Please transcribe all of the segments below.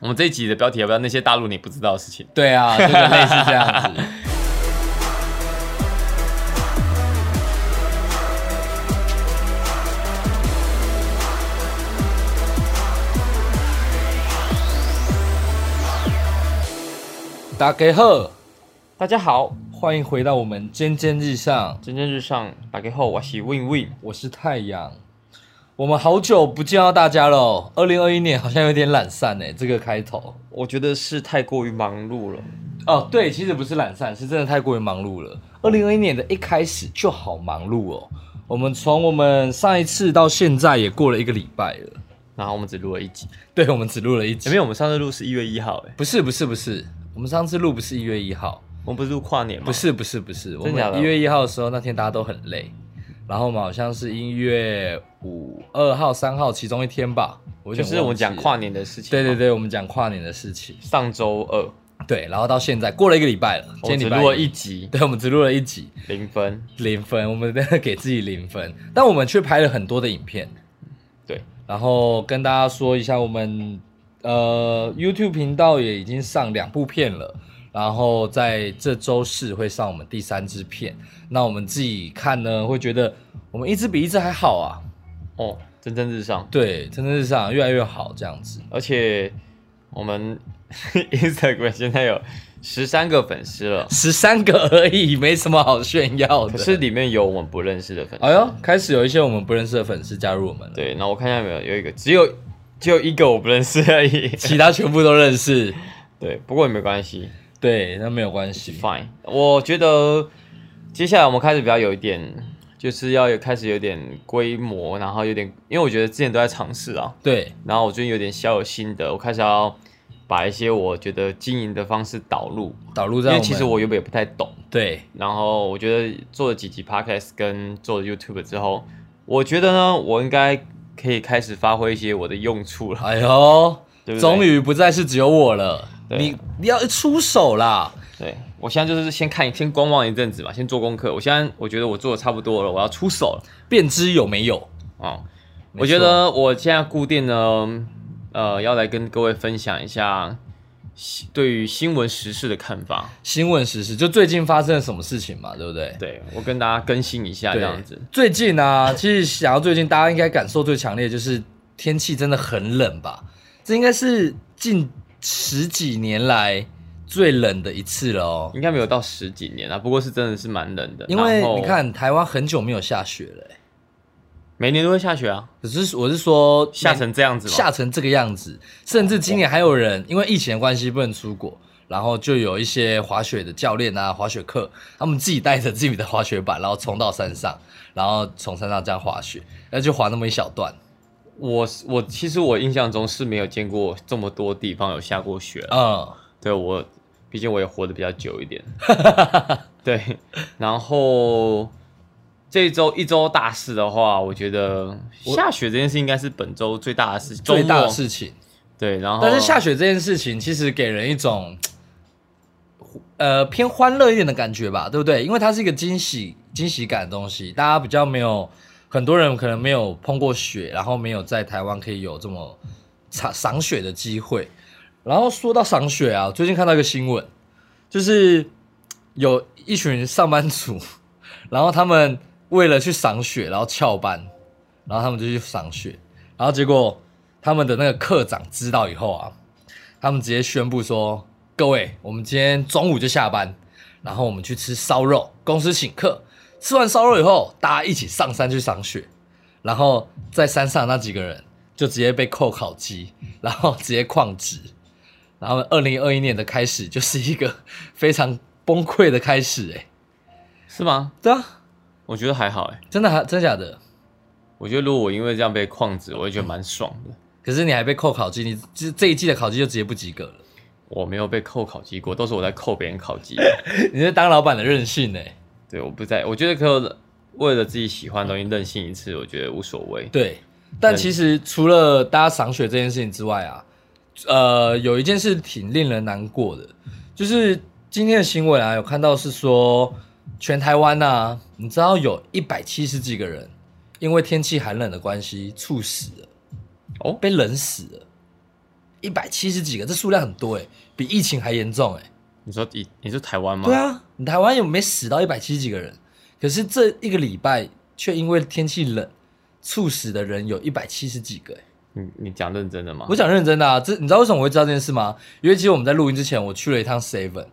我们这一集的标题要不要那些大陆你不知道的事情？对 啊，这个类似这样子。大家好，大家好，欢迎回到我们蒸蒸日上，蒸蒸日上，打给后我是 Win Win，我是太阳。我们好久不见到大家喽，二零二一年好像有点懒散哎，这个开头。我觉得是太过于忙碌了。哦，对，其实不是懒散，是真的太过于忙碌了。二零二一年的一开始就好忙碌哦，我们从我们上一次到现在也过了一个礼拜了。然后我们只录了一集，对，我们只录了一集。前面我们上次录是一月一号，哎，不是不是不是，我们上次录不是一月一号，我们不是录跨年吗？不，是不是不是，我真假们的一月一号的时候那天大家都很累，然后我们好像是一月五二号、三号其中一天吧，我有就点是我们忘记讲了跨。年的事情。对对，对，我们讲跨年的事情。上周二对，然后到现在过了一个礼拜了，我们今天只礼拜录了一集，对，我们只录了一集，零分。零分，我们真的给自己零分，但我们却拍了很多的影片，对，然后跟大家说一下，我们呃 YouTube 频道也已经上两部片了，然后在这周四会上我们第三支片，那我们自己看呢，会觉得我们一支比一支还好啊，哦，蒸蒸日上，对，真的是上越来越好这样子，而且我们 Instagram 现在有十三个粉丝了，十三个而已，没什么好炫耀的。可是，里面有我们不认识的粉丝。哎呦，开始有一些我们不认识的粉丝加入我们了，，对，那我看一下有没有，有一个只有只有一个我不认识而已。其他全部都认识，对，不过也没关系对，那没有关系。 ，fine。我觉得接下来我们开始比较有一点，就是要有开始有点规模，然后有点，因为我觉得之前都在尝试啊，对，然后我最近有点小有心得，我开始要把一些我觉得经营的方式导入，导入因在为们其实我原本也不太懂。对然后我觉得做了几集 podcast 跟做了 YouTube 之后，我觉得呢，我应该可以开始发挥一些我的用处了。哎呦，对不对终于不再是只有我了，对你你要出手啦！对我现在就是先看，先观望一阵子嘛，先做功课。我现在我觉得我做的差不多了，我要出手了便知有没有？啊、哦没错我觉得我现在固定呢，呃，要来跟各位分享一下新对于新闻时事的看法。新闻时事就最近发生了什么事情嘛，对不对？对我跟大家更新一下这样子。最近啊，其实想到最近，大家应该感受最强烈的就是天气真的很冷吧？这应该是近十几年来最冷的一次了哦。应该没有到十几年啊，不过是真的是蛮冷的。因为然后你看，台湾很久没有下雪了欸、每年都会下雪啊，可是我是说，下成这样子吗？吓成这个样子，甚至今年还有人哦因为疫情的关系不能出国，然后就有一些滑雪的教练啊、滑雪课，他们自己带着自己的滑雪板，然后冲到山上，然后从山上这样滑雪，然后就滑那么一小段。我是我其实我印象中是没有见过这么多地方有下过雪啊了。嗯，对我，毕竟我也活得比较久一点。 对，然后这一周一周大事的话，我觉得下雪这件事应该是本周最大的事，最大周的末事情。对，然后但是下雪这件事情，其实给人一种，呃，偏欢乐一点的感觉吧，对不对？因为它是一个惊喜、惊喜感的东西，大家比较没有，很多人可能没有碰过雪，然后没有在台湾可以有这么赏赏雪的机会。然后说到赏雪啊，最近看到一个新闻，就是有一群上班族，然后他们为了去赏雪，然后翘班，然后他们就去赏雪，然后结果他们的那个课长知道以后啊，他们直接宣布说：“各位，我们今天中午就下班，然后我们去吃烧肉，公司请客。吃完烧肉以后，大家一起上山去赏雪。然后在山上那几个人就直接被扣烤鸡，然后直接旷职。然后二零二一年的开始就是一个非常崩溃的开始、欸，哎，是吗？对啊，我觉得还好哎、真的还啊真的假的？我觉得如果我因为这样被框子，我会觉得蛮爽的。可是你还被扣烤鸡，你这这一季的烤鸡就直接不及格了。我没有被扣烤鸡过，都是我在扣别人烤鸡。你是当老板的任性哎、对，我不在，我觉得可为了自己喜欢的东西任性一次，我觉得无所谓。对，但其实除了大家赏雪这件事情之外啊，呃，有一件事挺令人难过的，就是今天的新闻啊，有看到是说全台湾啊，你知道有一百七十几个人因为天气寒冷的关系猝死了，哦被冷死了，一百七十几个，这数量很多哎、比疫情还严重哎、你说你你是台湾吗？对，啊，你台湾有没死到一百七十几个人？可是这一个礼拜却因为天气冷，猝死的人有一百七十几个、欸。你你讲认真的吗？我讲认真的啊，这你知道为什么我会知道这件事吗？因为其实我们在录音之前，我去了一趟 Seven，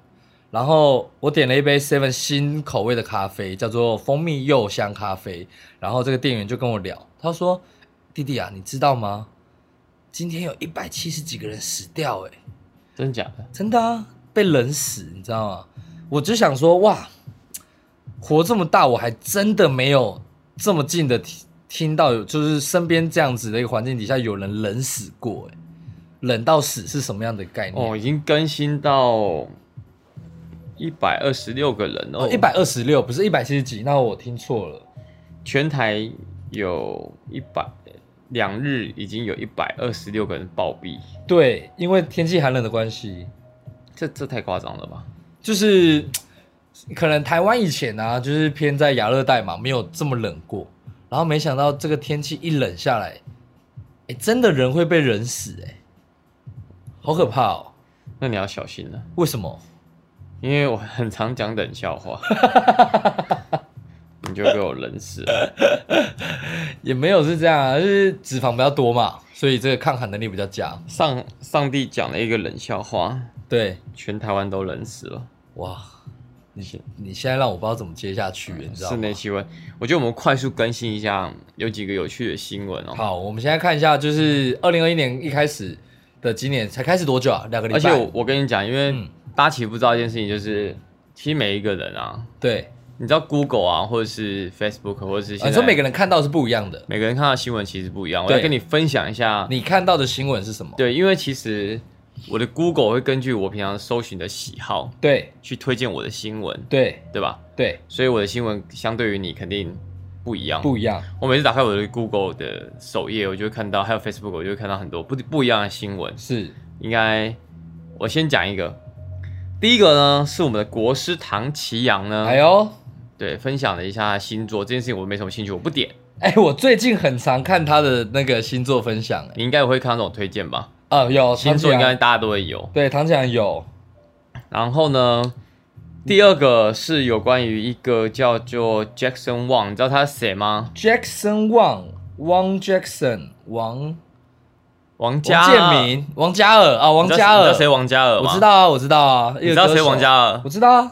然后我点了一杯 Seven 新口味的咖啡，叫做蜂蜜柚香咖啡。然后这个店员就跟我聊，他说：“弟弟啊，你知道吗？今天有一百七十几个人死掉、欸，真的假的？真的啊，被冷死，你知道吗？我就想说，哇，活这么大，我还真的没有这么近的听听到有，就是身边这样子的一个环境底下有人冷死过、欸，冷到死是什么样的概念？哦，已经更新到一百二十六个人哦，哦，一百二十六，不是一百七十几，那我听错了。全台有一百两日已经有一百二十六个人暴毙，对，因为天气寒冷的关系，这这太夸张了吧？就是可能台湾以前啊，就是偏在亚热带嘛，没有这么冷过。然后没想到这个天气一冷下来，哎，真的人会被冷死哎、好可怕哦！那你要小心了、为什么？因为我很常讲冷笑话， 你就被我冷死了。也没有是这样啊，就是脂肪比较多嘛，所以这个抗寒能力比较佳。上上帝讲了一个冷笑话，对，全台湾都冷死了。哇，你你现在让我不知道怎么接下去，你知道室吗内？气温，我觉得我们快速更新一下，有几个有趣的新闻哦。好，我们现在看一下，就是二零二一年一开始的今年才开始多久啊？两个礼拜。而且我我跟你讲，因为嗯大家其实不知道一件事情，就是其实每一个人啊，对，你知道 Google 啊，或者是 Facebook，或者是啊现在、你说每个人看到是不一样的，每个人看到的新闻其实不一样。我对要跟你分享一下，你看到的新闻是什么？对，因为其实我的 Google 会根据我平常搜寻的喜好对去推荐我的新闻，对对吧？对，所以我的新闻相对于你肯定不一样。不一样。我每次打开我的 Google 的首页，我就会看到，还有 Facebook，我就会看到很多不不一样的新闻。是应该我先讲一个，第一个呢是我们的国师唐奇阳呢，哎呦，对，分享了一下他星座这件事情，我没什么兴趣，我不点。哎，我最近很常看他的那个星座分享，哎，你应该也会看到这种推荐吧？啊，有星唐座应启该阳大家都会有。对唐讲有，然后呢，第二个是有关于一个叫做 Jackson Wang，你知道他是谁吗？ Jackson Wang、汪 Jackson、王王王嘉建民、王嘉尔啊，王嘉你知道尔，你知道谁王嘉尔吗？我知。道啊，我知道啊，你知道一个歌谁手王？嘉尔我？知道啊，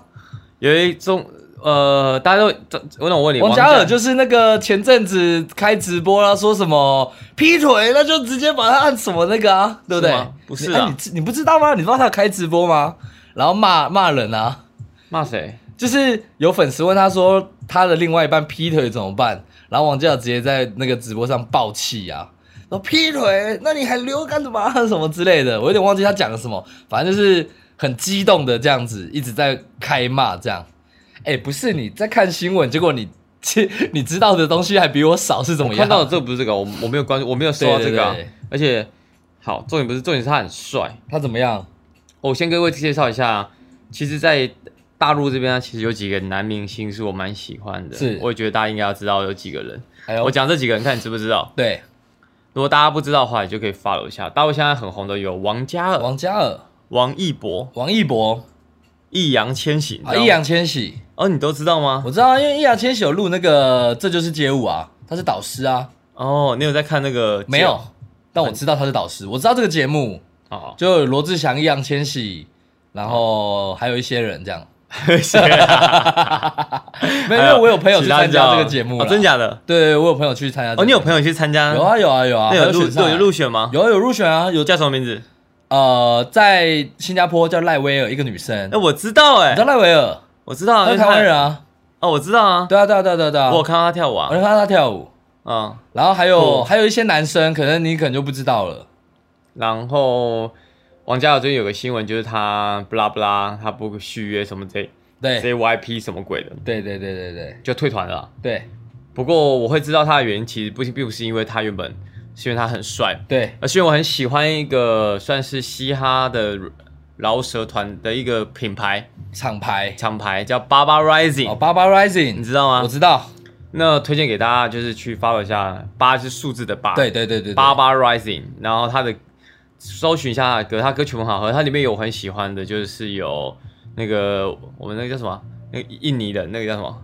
有一种呃，大家都这我那我问你，王嘉尔是就是那个前阵子开直播啦，说什么劈腿，那就直接把他按什么那个啊，对不对吗？不是你哎啊你知你不知道吗？你不知道他有开直播吗？然后骂骂人啊。骂谁？就是有粉丝问他说他的另外一半劈腿怎么办，然后王嘉尔直接在那个直播上爆气啊，说劈腿，那你还留干什么啊什么之类的，我有点忘记他讲了什么，反正就是很激动的这样子一直在开骂这样。哎，不是你在看新闻，结果你你知道的东西还比我少，是怎么我样？看到的这个不是这个，我我没有关注，我没有收到这个啊、对对对而且，好，重点不是重点是他很帅。他怎么样？我先跟各位介绍一下，其实，在大陆这边啊呢，其实有几个男明星是我蛮喜欢的，是我也觉得大家应该要知道有几个人。还有我讲这几个人，看你知不知道。对如果大家不知道的话，你就可以 follow 一下。大陆现在很红的有王嘉尔、王嘉尔、王一博、王一博、易烊千玺。你知道啊吗易烊千玺，哦，你都知道吗？我知道啊，因为易烊千玺有录那个《这就是街舞》啊，他是导师啊。哦，你有在看那个？没有，但我知道他是导师，我知道这个节目哦， 就有罗志祥、易烊千玺，然后还有一些人这样。没有，因为我有朋友去参加这个节目啦哦，真？假的？对，我有朋友去参加这个。哦，你有朋友去参加？有啊有啊有啊，那有入还选上有入选吗？有啊有入选啊，有叫什么名字？呃，在新加坡叫赖威尔一个女生，哎，你我知道哎知道，赖威尔？我知道啊，她因为是台他湾人啊。哦，我知道啊，对啊对啊对啊对啊对啊，啊我有看到他跳舞我啊，就看到她跳舞，嗯，然后还有酷还有一些男生，可能你可能就不知道了。然后王嘉尔最近有个新闻，就是他不拉不拉，他不续约什么 J 对 JYP 什么鬼的，对对对对对就退团了啊。对不过我会知道他的原因，其实不是并不是因为他原本，是因为他很帅，对，而是因为我很喜欢一个算是嘻哈的饶舌团的一个品牌厂牌厂牌叫 Baba 哦 Rising，、 ，Baba 你 Rising，知道我吗？知道，那推荐给大家就是去 follow 一下，八是数字的八，对对对对，对八，八 Rising，然后他的搜寻一下他的歌，他歌曲很好喝，它里面有我很喜欢的，就是有那个我们那个叫什么，那个印尼的那个叫什么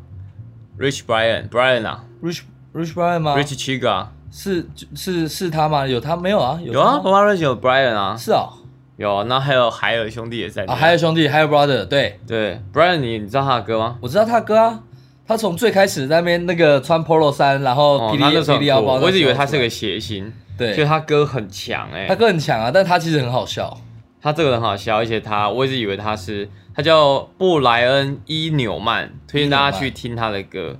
，Rich Brian Brian 啊 Rich Rich Brian 吗，Rich Chiga 啊是是是他吗？有他没有啊？有啊他吗，Papa Rich 有 Brian 啊，是哦，有，那还有海尔兄弟也在里啊，面，还有兄弟，还有 brother，对对 Brian，你你知道他的歌吗？我知道他歌啊，他从最开始在那边那个穿 polo 衫，然后哦霹，雳他那时候霹雳腰很酷包，我一直以为他是那个时谐星，候出来所以对，他歌很强哎、他歌很强啊，但他其实很好笑，他这个人很好笑，而且他我一直以为他是他叫布莱恩伊纽曼，推荐大家去听他的歌。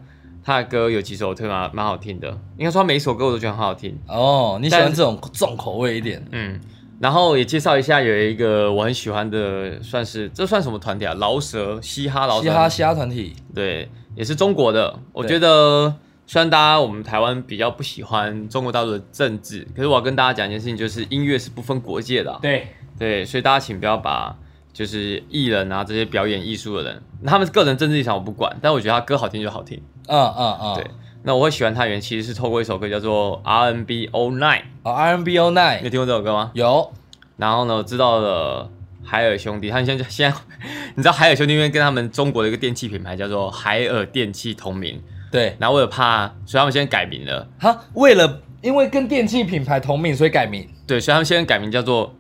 他的歌有几首特蛮蛮好听的，应该说他每一首歌我都觉得很好听。哦，你喜但欢是这种重口味一点的嗯，然后也介绍一下有一个我很喜欢的，算是这算什么团体啊？饶舌嘻哈饶舌嘻哈嘻哈团体，对，也是中国的。我对觉得虽然大家我们台湾比较不喜欢中国大陆的政治，可是我要跟大家讲一件事情，就是音乐是不分国界的啊、对，对，所以大家请不要把就是艺人啊这些表演艺术的人，他们个人政治立场我不管，但我觉得他歌好听就好听。嗯嗯嗯，对，那我会喜欢他的原因其实是透过一首歌叫做 R&B All Night，哦 R&B 你 All 有 Night 听过这首歌吗？有，然后呢，我知道了海尔兄弟，他们现在现在 你知道海尔兄弟因为跟他们中国的一个电器品牌叫做海尔电器同名，对，然后为了怕，所以他们现在改名了，他为了因为跟电器品牌同名，所以改名对，所以他们现在改名叫做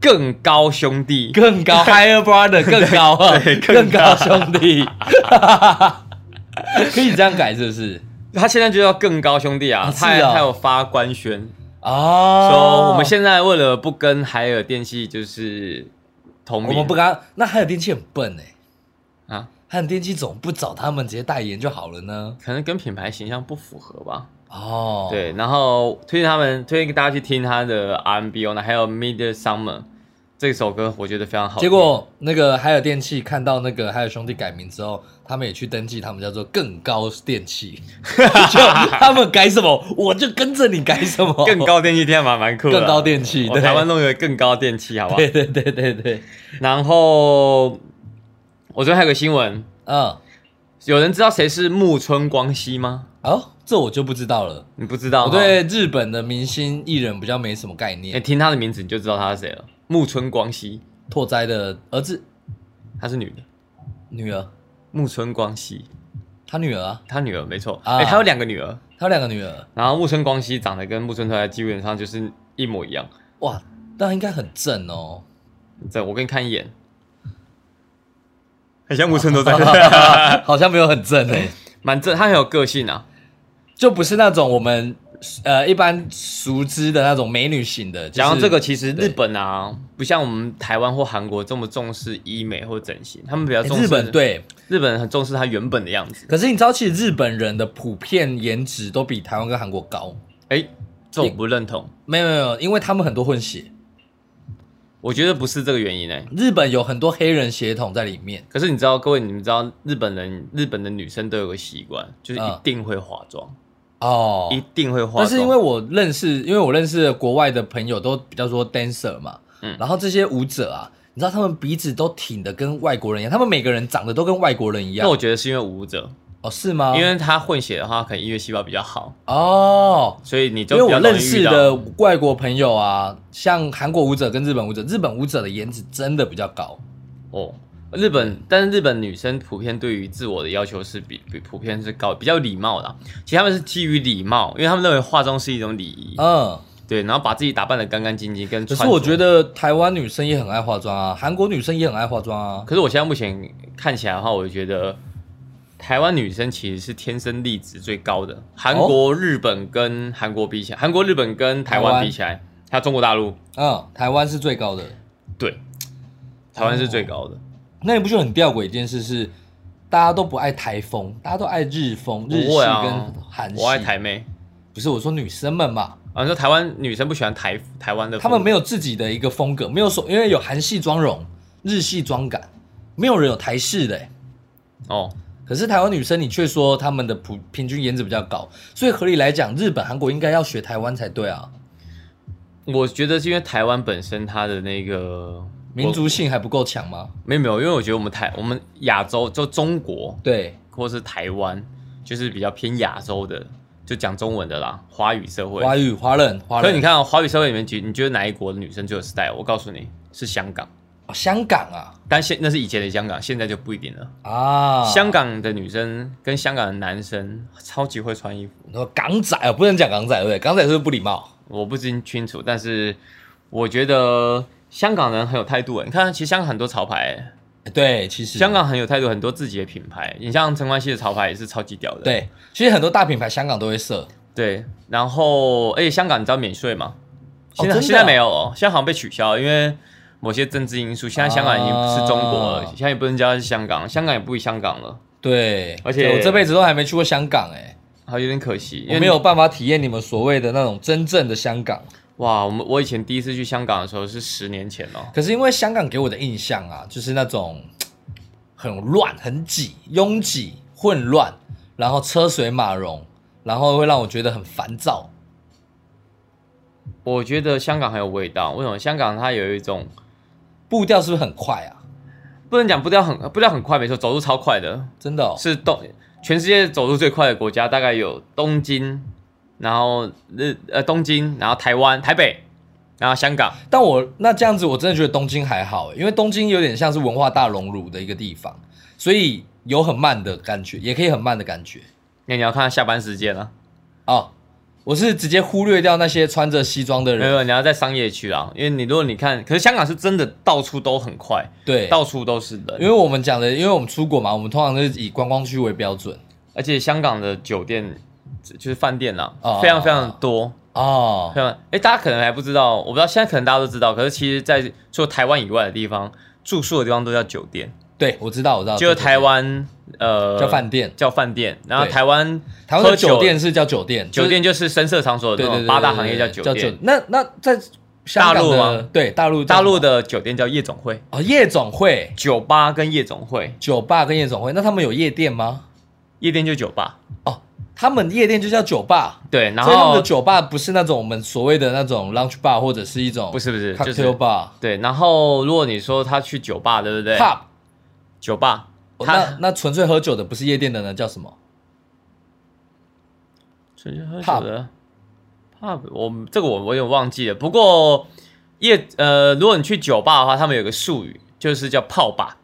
更高兄弟。更高 ，Higher Brother 更高啊，对更更高高兄弟，可以这样改是不是？他现在就叫更高兄弟啊，啊他还是啊他有发官宣，啊，说我们现在为了不跟海尔电器就是同名，我们不刚，那还有电器很笨哎、啊，还有电器总不找他们直接代言就好了呢？可能跟品牌形象不符合吧。哦，，对，然后推荐他们，推荐大家去听他的 R&B 哦，那还有 Mid Summer 这首歌，我觉得非常好听。结果那个海尔电器看到那个海尔兄弟改名之后，他们也去登记，他们叫做更高 电器，就他们改什么，我就跟着你改什么，更高电器听还蛮蛮酷的，哦更高电器，我对，台湾弄一个更高电器，好不好？对对对对对，然后我昨天还有个新闻，嗯，有人知道谁是木村光希吗？哦，这我就不知道了，你不知道？我，对日本的明星艺人比较没什么概你念，哎听他的名字你就知道他是谁了。木村光希，拓哉的儿子、她是女的。女儿，木村光希，他女儿啊，她女儿没错，啊哎、她有两个女儿，他有两个女儿。然后木村光希长得跟木村拓哉基本上就是一模一样。哇，那应该很正 哦。这我给你看一眼，很像木村拓 哉，好像没有很正诶，蛮正，他很有个性啊。就不是那种我们呃一般熟知的那种美女型的。就是哎然后这个其实日对本啊，不像我们台湾或韩国这么重视医美或整形，他们比较重视、诶哎日本，对，日本很重视它原本的样子。可是你知道，其实日本人的普遍颜值都比台湾跟韩国高。哎，这我不认同，没有没有没有，因为他们很多混血，我觉得不是这个原因哎、日本有很多黑人血统在里面。可是你知道，各位你们知道日本人日本的女生都有个习惯，就是一嗯定会化妆，哦，一定会化妆。但是因为我认识，因为我认识的国外的朋友都比较说 dancer 嘛，嗯然后这些舞者啊，你知道他们鼻子都挺的跟外国人一样，他们每个人长得都跟外国人一样那。我觉得是因为舞者，哦，是吗？因为他混血的话，可能音乐细胞比较好，哦，所以你因就为比我较容易认识遇到的外国朋友啊，像韩国舞者跟日本舞者，日本舞者的颜值真的比较高。哦。日本，但是日本女生普遍对于自我的要求是比比普遍是高，比较礼貌的。其实他们是基于礼貌，因为他们认为化妆是一种礼仪，嗯，对，然后把自己打扮的干干净净，跟可穿是我着觉得台湾女生也很爱化妆啊，韩国女生也很爱化妆啊。可是我现在目前看起来的话，我觉得台湾女生其实是天生丽质最高的。韩哦国、日本跟韩国比起来，韩国、日本跟台台湾湾比起来，还有中国大陆，嗯，台湾是最高的。对，台湾是最高的。那你不觉得很吊诡一件事是，大家都不爱台风，大家都爱日风、日系不会啊跟韩系。我爱台妹不是我说女生们嘛，啊，你说台湾女生不喜欢台台湾的风格，她们没有自己的一个风格，没有所因为有韩系妆容、日系妆感，没有人有台式的、欸。哦，可是台湾女生，你却说她们的普平均颜值比较高，所以合理来讲，日本、韩国应该要学台湾才对啊，我觉得是因为台湾本身它的那个民我族性还不够强吗？没有没有，因为我觉得我们台我们亚洲就中国对，或是台湾，就是比较偏亚洲的，就讲中文的啦，华语社会。华语、华人、华可人。是你看、哦，华语社会里面，觉你觉得哪一国的女生最有 style？我告诉你，是香港。哦香港啊但现那是以前的香港，现在就不一定了。啊，香港的女生跟香港的男生超级会穿衣服，你说港仔哦，不能讲港仔对不对？港仔是不是不礼貌？我不清清楚，但是我觉得香港人很有态度。你看，其实香港很多潮牌，欸哎对，其实香港很有态度，很多自己的品牌。你像陈冠希的潮牌也是超级屌的。对，其实很多大品牌香港都会设，对，然后而且香港你知道免税吗？哦现在、真的啊现在没有哦，现在好像被取消了，因为某些政治因素。现在香港已经不是中国了，啊现在也不能叫它是香港，香港也不以香港了，对，而且我这辈子都还没去过香港哎、好有点可惜，因我为没有办法体验你们所谓的那种真正的香港。哇，我们我以前第一次去香港的时候是十年前哦，可是因为香港给我的印象啊，就是那种很乱、很挤、拥挤、混乱，然后车水马龙，然后会让我觉得很烦躁。我觉得香港很有味道，为什么？香港它有一种步调是不是很快啊？不能讲步调很步调很快，没错，走路超快的，真的、哦，是东全世界走路最快的国家，大概有东京，然后日呃东京，然后台湾台北，然后香港。但我那这样子，我真的觉得东京还好，欸因为东京有点像是文化大熔炉的一个地方，所以有很慢的感觉，也可以很慢的感觉。那哎你要看下班时间啊了、哦，我是直接忽略掉那些穿着西装的没人，有，你要在商业区啦，因为你如果你看，可是香港是真的到处都很快，对，到处都是因人，为我们讲的，因为我们出国嘛，我们通常都是以观光区为标准而且香港的酒店就是饭店啦，哦非常非常多。哦非常哎、大家可能还不知道，我不知道现在可能大家都知道，可是其实在除了台湾以外的地方，住宿的地方都叫酒店，哦对，我知道，我知道，就是台湾呃叫饭店，叫饭店，然后对台湾台湾的喝酒酒店是叫酒店，酒店就是深色场所就是的那对种对对，八大对行业叫对酒叫店，那那在香港大陆的吗对大陆叫大陆什么的酒店叫夜总会、哦夜总会、酒吧跟夜总会，酒吧跟夜总会，那他们有夜店吗？夜店就酒吧，哦，他们夜店就叫酒吧，对，然所以他们后的酒吧不是那种我们所谓的那种 lounge bar 或者是一种不是不是就是 cocktail bar、对，然后如果你说他去酒吧，对不对？ pub，酒吧，哦他那那纯粹喝酒的不是夜店的呢，叫什么？纯粹喝酒的 pub，我这个我我有点忘记了。不过夜呃，如果你去酒吧的话，他们有个术语就是叫泡吧，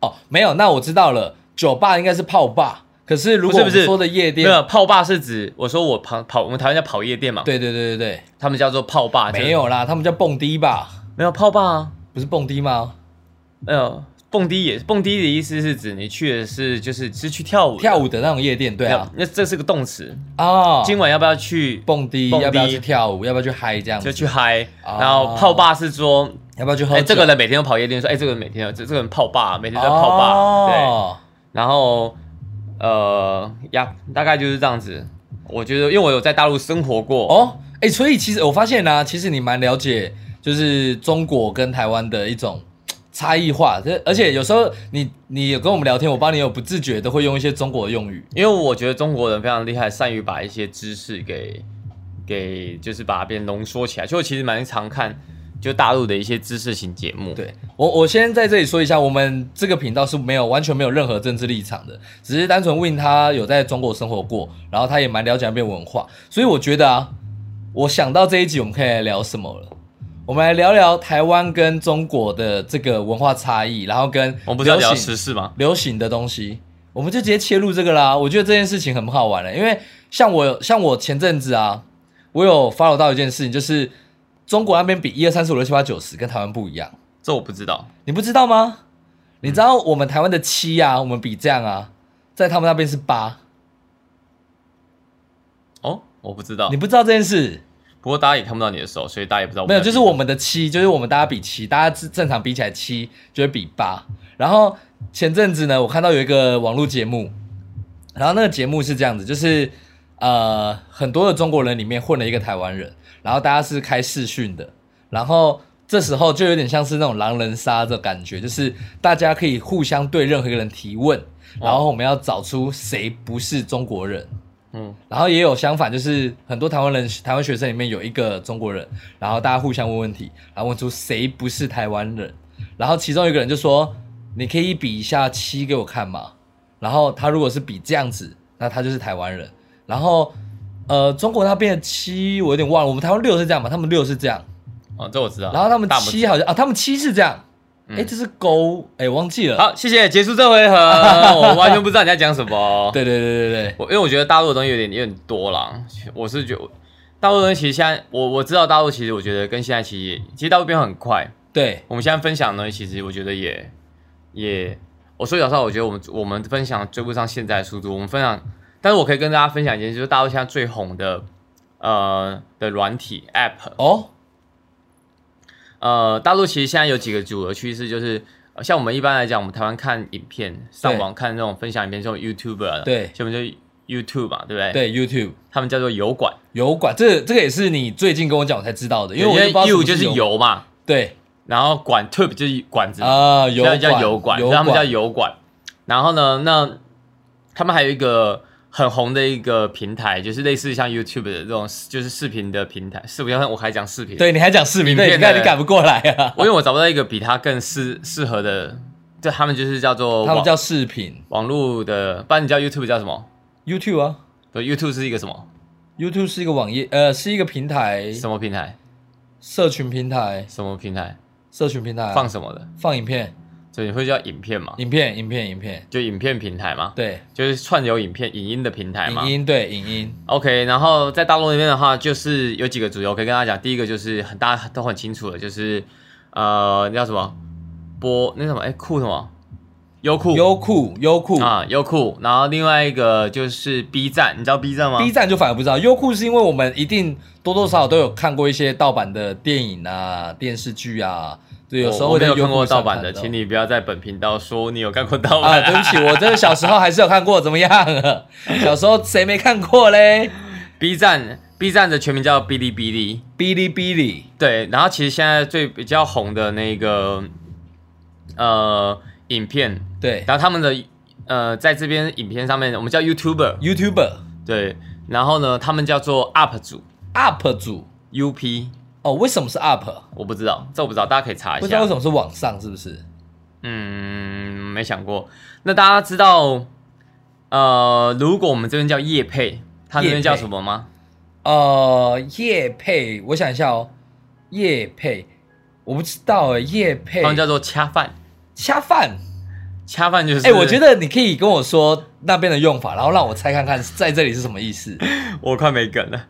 哦，没有，那我知道了，酒吧应该是泡吧。可是如果不是不是我们说的夜没店，有泡吧是指我说我跑跑我们台湾叫跑夜店嘛，对对对对他们叫做泡吧，对，没有啦，他们叫蹦迪吧，没有泡吧啊，不是蹦迪吗？没有蹦迪也蹦迪的意思是指你去的是就是是去跳舞的跳舞的那种夜店，对没有啊，那这是个动词。啊，今晚要不要去蹦迪蹦迪要不要去跳舞？要不要去嗨？这样就子，去嗨，哦然后泡吧是说要不要去喝哎、酒？这个人每天都跑夜店，说哎、这个人每天有这这个人泡吧，每天都在泡吧，对，哦然后呃呀，大概就是这样子。我觉得，因为我有在大陆生活过，哦，哦，哎、所以其实我发现呢、啊其实你蛮了解，就是中国跟台湾的一种嘖差异化，这而且有时候你你有跟我们聊天，我帮你有不自觉的会用一些中国的用语，因为我觉得中国人非常厉害，善于把一些知识给给就是把它变浓缩起来。所以我其实蛮常看就大陆的一些知识型节目，，对我，我先在这里说一下，我们这个频道是没有完全没有任何政治立场的，只是单纯问他有在中国生活过，然后他也蛮了解那边文化，所以我觉得啊，我想到这一集我们可以来聊什么了。我们来聊聊台湾跟中国的这个文化差异，然后跟我们不是要流聊行时事吗？流行的东西，我们就直接切入这个啦。我觉得这件事情很好玩了、因为像我像我前阵子啊，我有 follow 到一件事情，就是中国那边比一二三四五六七八九十跟台湾不一样，这我不知道，你不知道吗？你知道我们台湾的七啊，我们比这样啊，在他们那边是八，哦，我不知道你。不知道这件事？不过大家也看不到你的手，所以大家也不知道。没有，就是我们的七，就是我们大家比七，大家正正常比起来七就会比八。然后前阵子呢，我看到有一个网络节目，然后那个节目是这样子，就是呃，很多的中国人里面混了一个台湾人，然后大家是开视讯的，然后这时候就有点像是那种狼人杀的感觉，就是大家可以互相对任何一个人提问，然后我们要找出谁不是中国人。嗯，然后也有相反，就是很多台湾人、台湾学生里面有一个中国人，然后大家互相问问题，然后问出谁不是台湾人，然后其中一个人就说：“你可以比一下七给我看吗？”然后他如果是比这样子，那他就是台湾人。然后呃，中国那边的七我有点忘了，我们台湾六是这样吧？他们六是这样，哦，这我知道。然后他们大拇七指好像啊，他们七是这样，哎、嗯哦这是勾，哎、忘记 了。好，谢谢，结束这回合，我完全不知道你在讲什么。对对对对对，我因为我觉得大陆的东西有点有点多啦，我是觉得大陆的东西其实现在我我知道大陆其实我觉得跟现在其实其实大陆变化很快，对，我们现在分享的东西其实我觉得也也我说老实话，我觉得我们我们分享追不上现在的速度，我们分享，但是我可以跟大家分享一件事，就是大陆现在最红的呃的软体 App，哦，呃，大陆其实现在有几个主流趋势，就是呃像我们一般来讲，我们台湾看影片，上网看那种分享影片，这种 YouTuber，对像我们就 YouTube 嘛，对不对？，对，YouTube 他们叫做油管，油管，这这个也是你最近跟我讲我才知道的，因为我就不知道什 You 么就是油，油嘛，对然后管 Tube 就是管子，啊，油所以管嗯叫油管，所以他们叫油管。然后呢，那他们还有一个很红的一个平台，就是类似像 YouTube 的这种就是视频的平台，视频，我还讲视频，对，你还讲视频，影对，片你看的你赶不过来啊，我因为我找不到一个比它更适适合的，就他们就是叫做他网们叫视频网络的，不然你叫 YouTube 叫什么？ YouTube 啊对，YouTube 是一个什么，YouTube 是一个网页，呃，是一个平台，什么平台？社群平台，什么平台？社群平台啊放啊什么的？放影片，所以你会叫影片嘛？影片，影片，影片，就影片平台嘛，对，就是串流影片、影音的平台嘛影。音，对，影音， OK，然后在大陆那边的话，就是有几个主流可以跟大家讲。第一个就是很大家都很清楚的，就是呃，那叫什么播那什么哎酷什么优酷优酷，优酷啊优酷，然后另外一个就是 B 站，你知道 B 站吗，B 站就反而不知道，优酷是因为我们一定多多少少都有看过一些盗版的电影啊、电视剧啊，对，有时候我我会没在有优看酷过上盗版的，看到请你不要在本频道说你有看过盗版 啊，对不起，我真的小时候还是有看过，怎么样？ 小时候谁没看过嘞？ B 站 B 站的全名叫哔哩哔哩，哔哩哔哩，对，然后其实现在最比较红的那个呃影片，对然后他们的呃在这边影片上面我们叫 YouTuber， ，YouTuber 对，然后呢他们叫做 UP 主 UP 主 UP，哦，为什么是 UP？我不知道，这我不知道，大家可以查一不知道下为。什么是往上，是不是？嗯，没想过。那大家知道呃如果我们这边叫叶配，他那边叫业配什么吗？呃，叶配，我想一下哦，叶配，我不知道哎，叶配他们叫做恰饭，恰饭。恰饭就是。哎、我觉得你可以跟我说那边的用法，然后让我猜看看在这里是什么 意思。我快没梗了。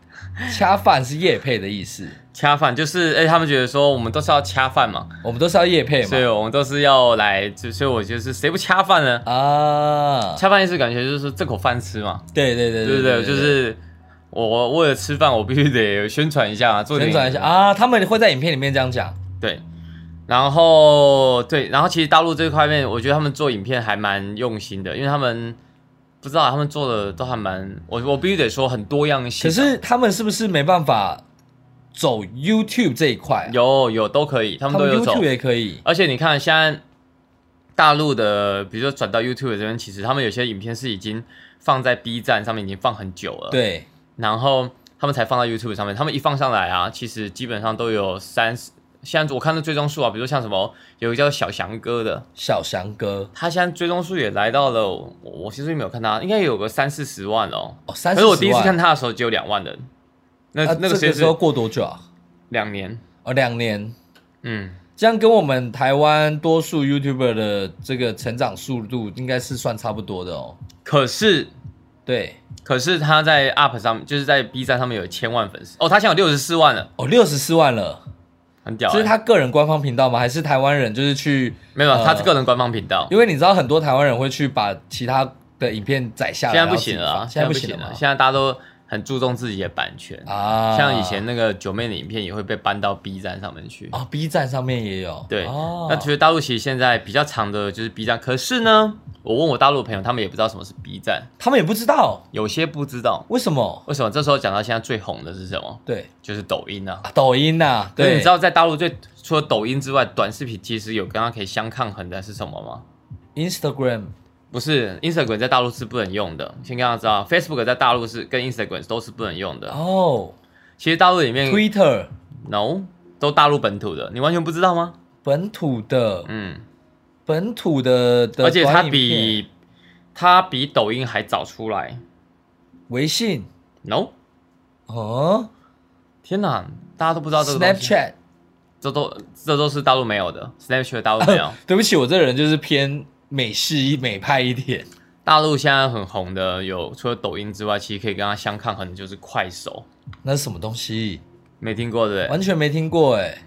恰饭是叶配的意思，恰饭就是，哎、他们觉得说我们都是要恰饭嘛，我们都是要叶配所以嘛。我们都是要来，就所以我就是谁不恰饭呢？啊，恰饭意思感觉就是这口饭吃嘛，对对对对不对？就是我我为了吃饭，我必须得宣传一下嘛，做点旋转一下，啊，他们会在影片里面这样讲。对。然后对，然后其实大陆这块面，我觉得他们做影片还蛮用心的，因为他们不知道他们做的都还蛮，我我必须得说很多样性可啊。是他们是不是没办法走 YouTube 这一块啊、有有都可以，他他们都有走 YouTube 也可以而且你看，现在大陆的，比如说转到 YouTube 这边，其实他们有些影片是已经放在 B 站上面已经放很久了，，对，然后他们才放到 YouTube 上面。他们一放上来啊，其实基本上都有三十。现在我看到追踪数啊，比如像什么有一个叫小翔哥的，小翔哥他现在追踪数也来到了，我我其实没有看他，应该有个三四十万哦。哦，三可十。是我第一次看，他的时候只有两万人，那、啊、那个这时间个是时候过多久啊？两年，哦，两年。嗯，这样跟我们台湾多数 YouTuber 的这个成长速度应该是算差不多的哦。可是对，可是他在 UP 上面，就是在 B 站上面有千万粉丝哦，他现在有六十四万了，哦，六十四万了，很屌欸、这是他个人官方频道吗？还是台湾人就是去？没有，呃他是个人官方频道，因为你知道很多台湾人会去把其他的影片载下现来，在然后不自己行了啊，放现在不不行行了了，吗现在大家都很注重自己的版权，啊，像以前那个九妹的影片也会被搬到 B 站上面去。啊、b 站上面也有，对，哦、那其实大陆其实现在比较长的就是 B 站，可是呢，我问我大陆的朋友，他们也不知道什么是 B 站，他们也不知道有些不知道。为什么，为什么这时候讲到现在最红的是什么？对就是抖音啊。啊，抖音呐、可是对，你知道在大陆最除了抖音之外，短视频其实有跟它可以相抗衡的是什么吗？ Instagram 不是，Instagram 在大陆是不能用的。先跟大家知道，Facebook 在大陆是跟 Instagram 都是不能用的。哦其实大陆里面，Twitter ，no，都大陆本土的，你完全不知道吗？本土的嗯，本土的的，而且它比它比抖音还早出来微信，no，哦天哪，大家都不知道这个东西，Snapchat，这都这都是大陆没有的，Snapchat 大陆没 有。对不起，我这人就是偏美式一美派一点。 大陆现在很红的有，除了抖音之外，其实可以跟它相抗衡的就是快手，那是什么东西？没听过对不对？完全没听过哎、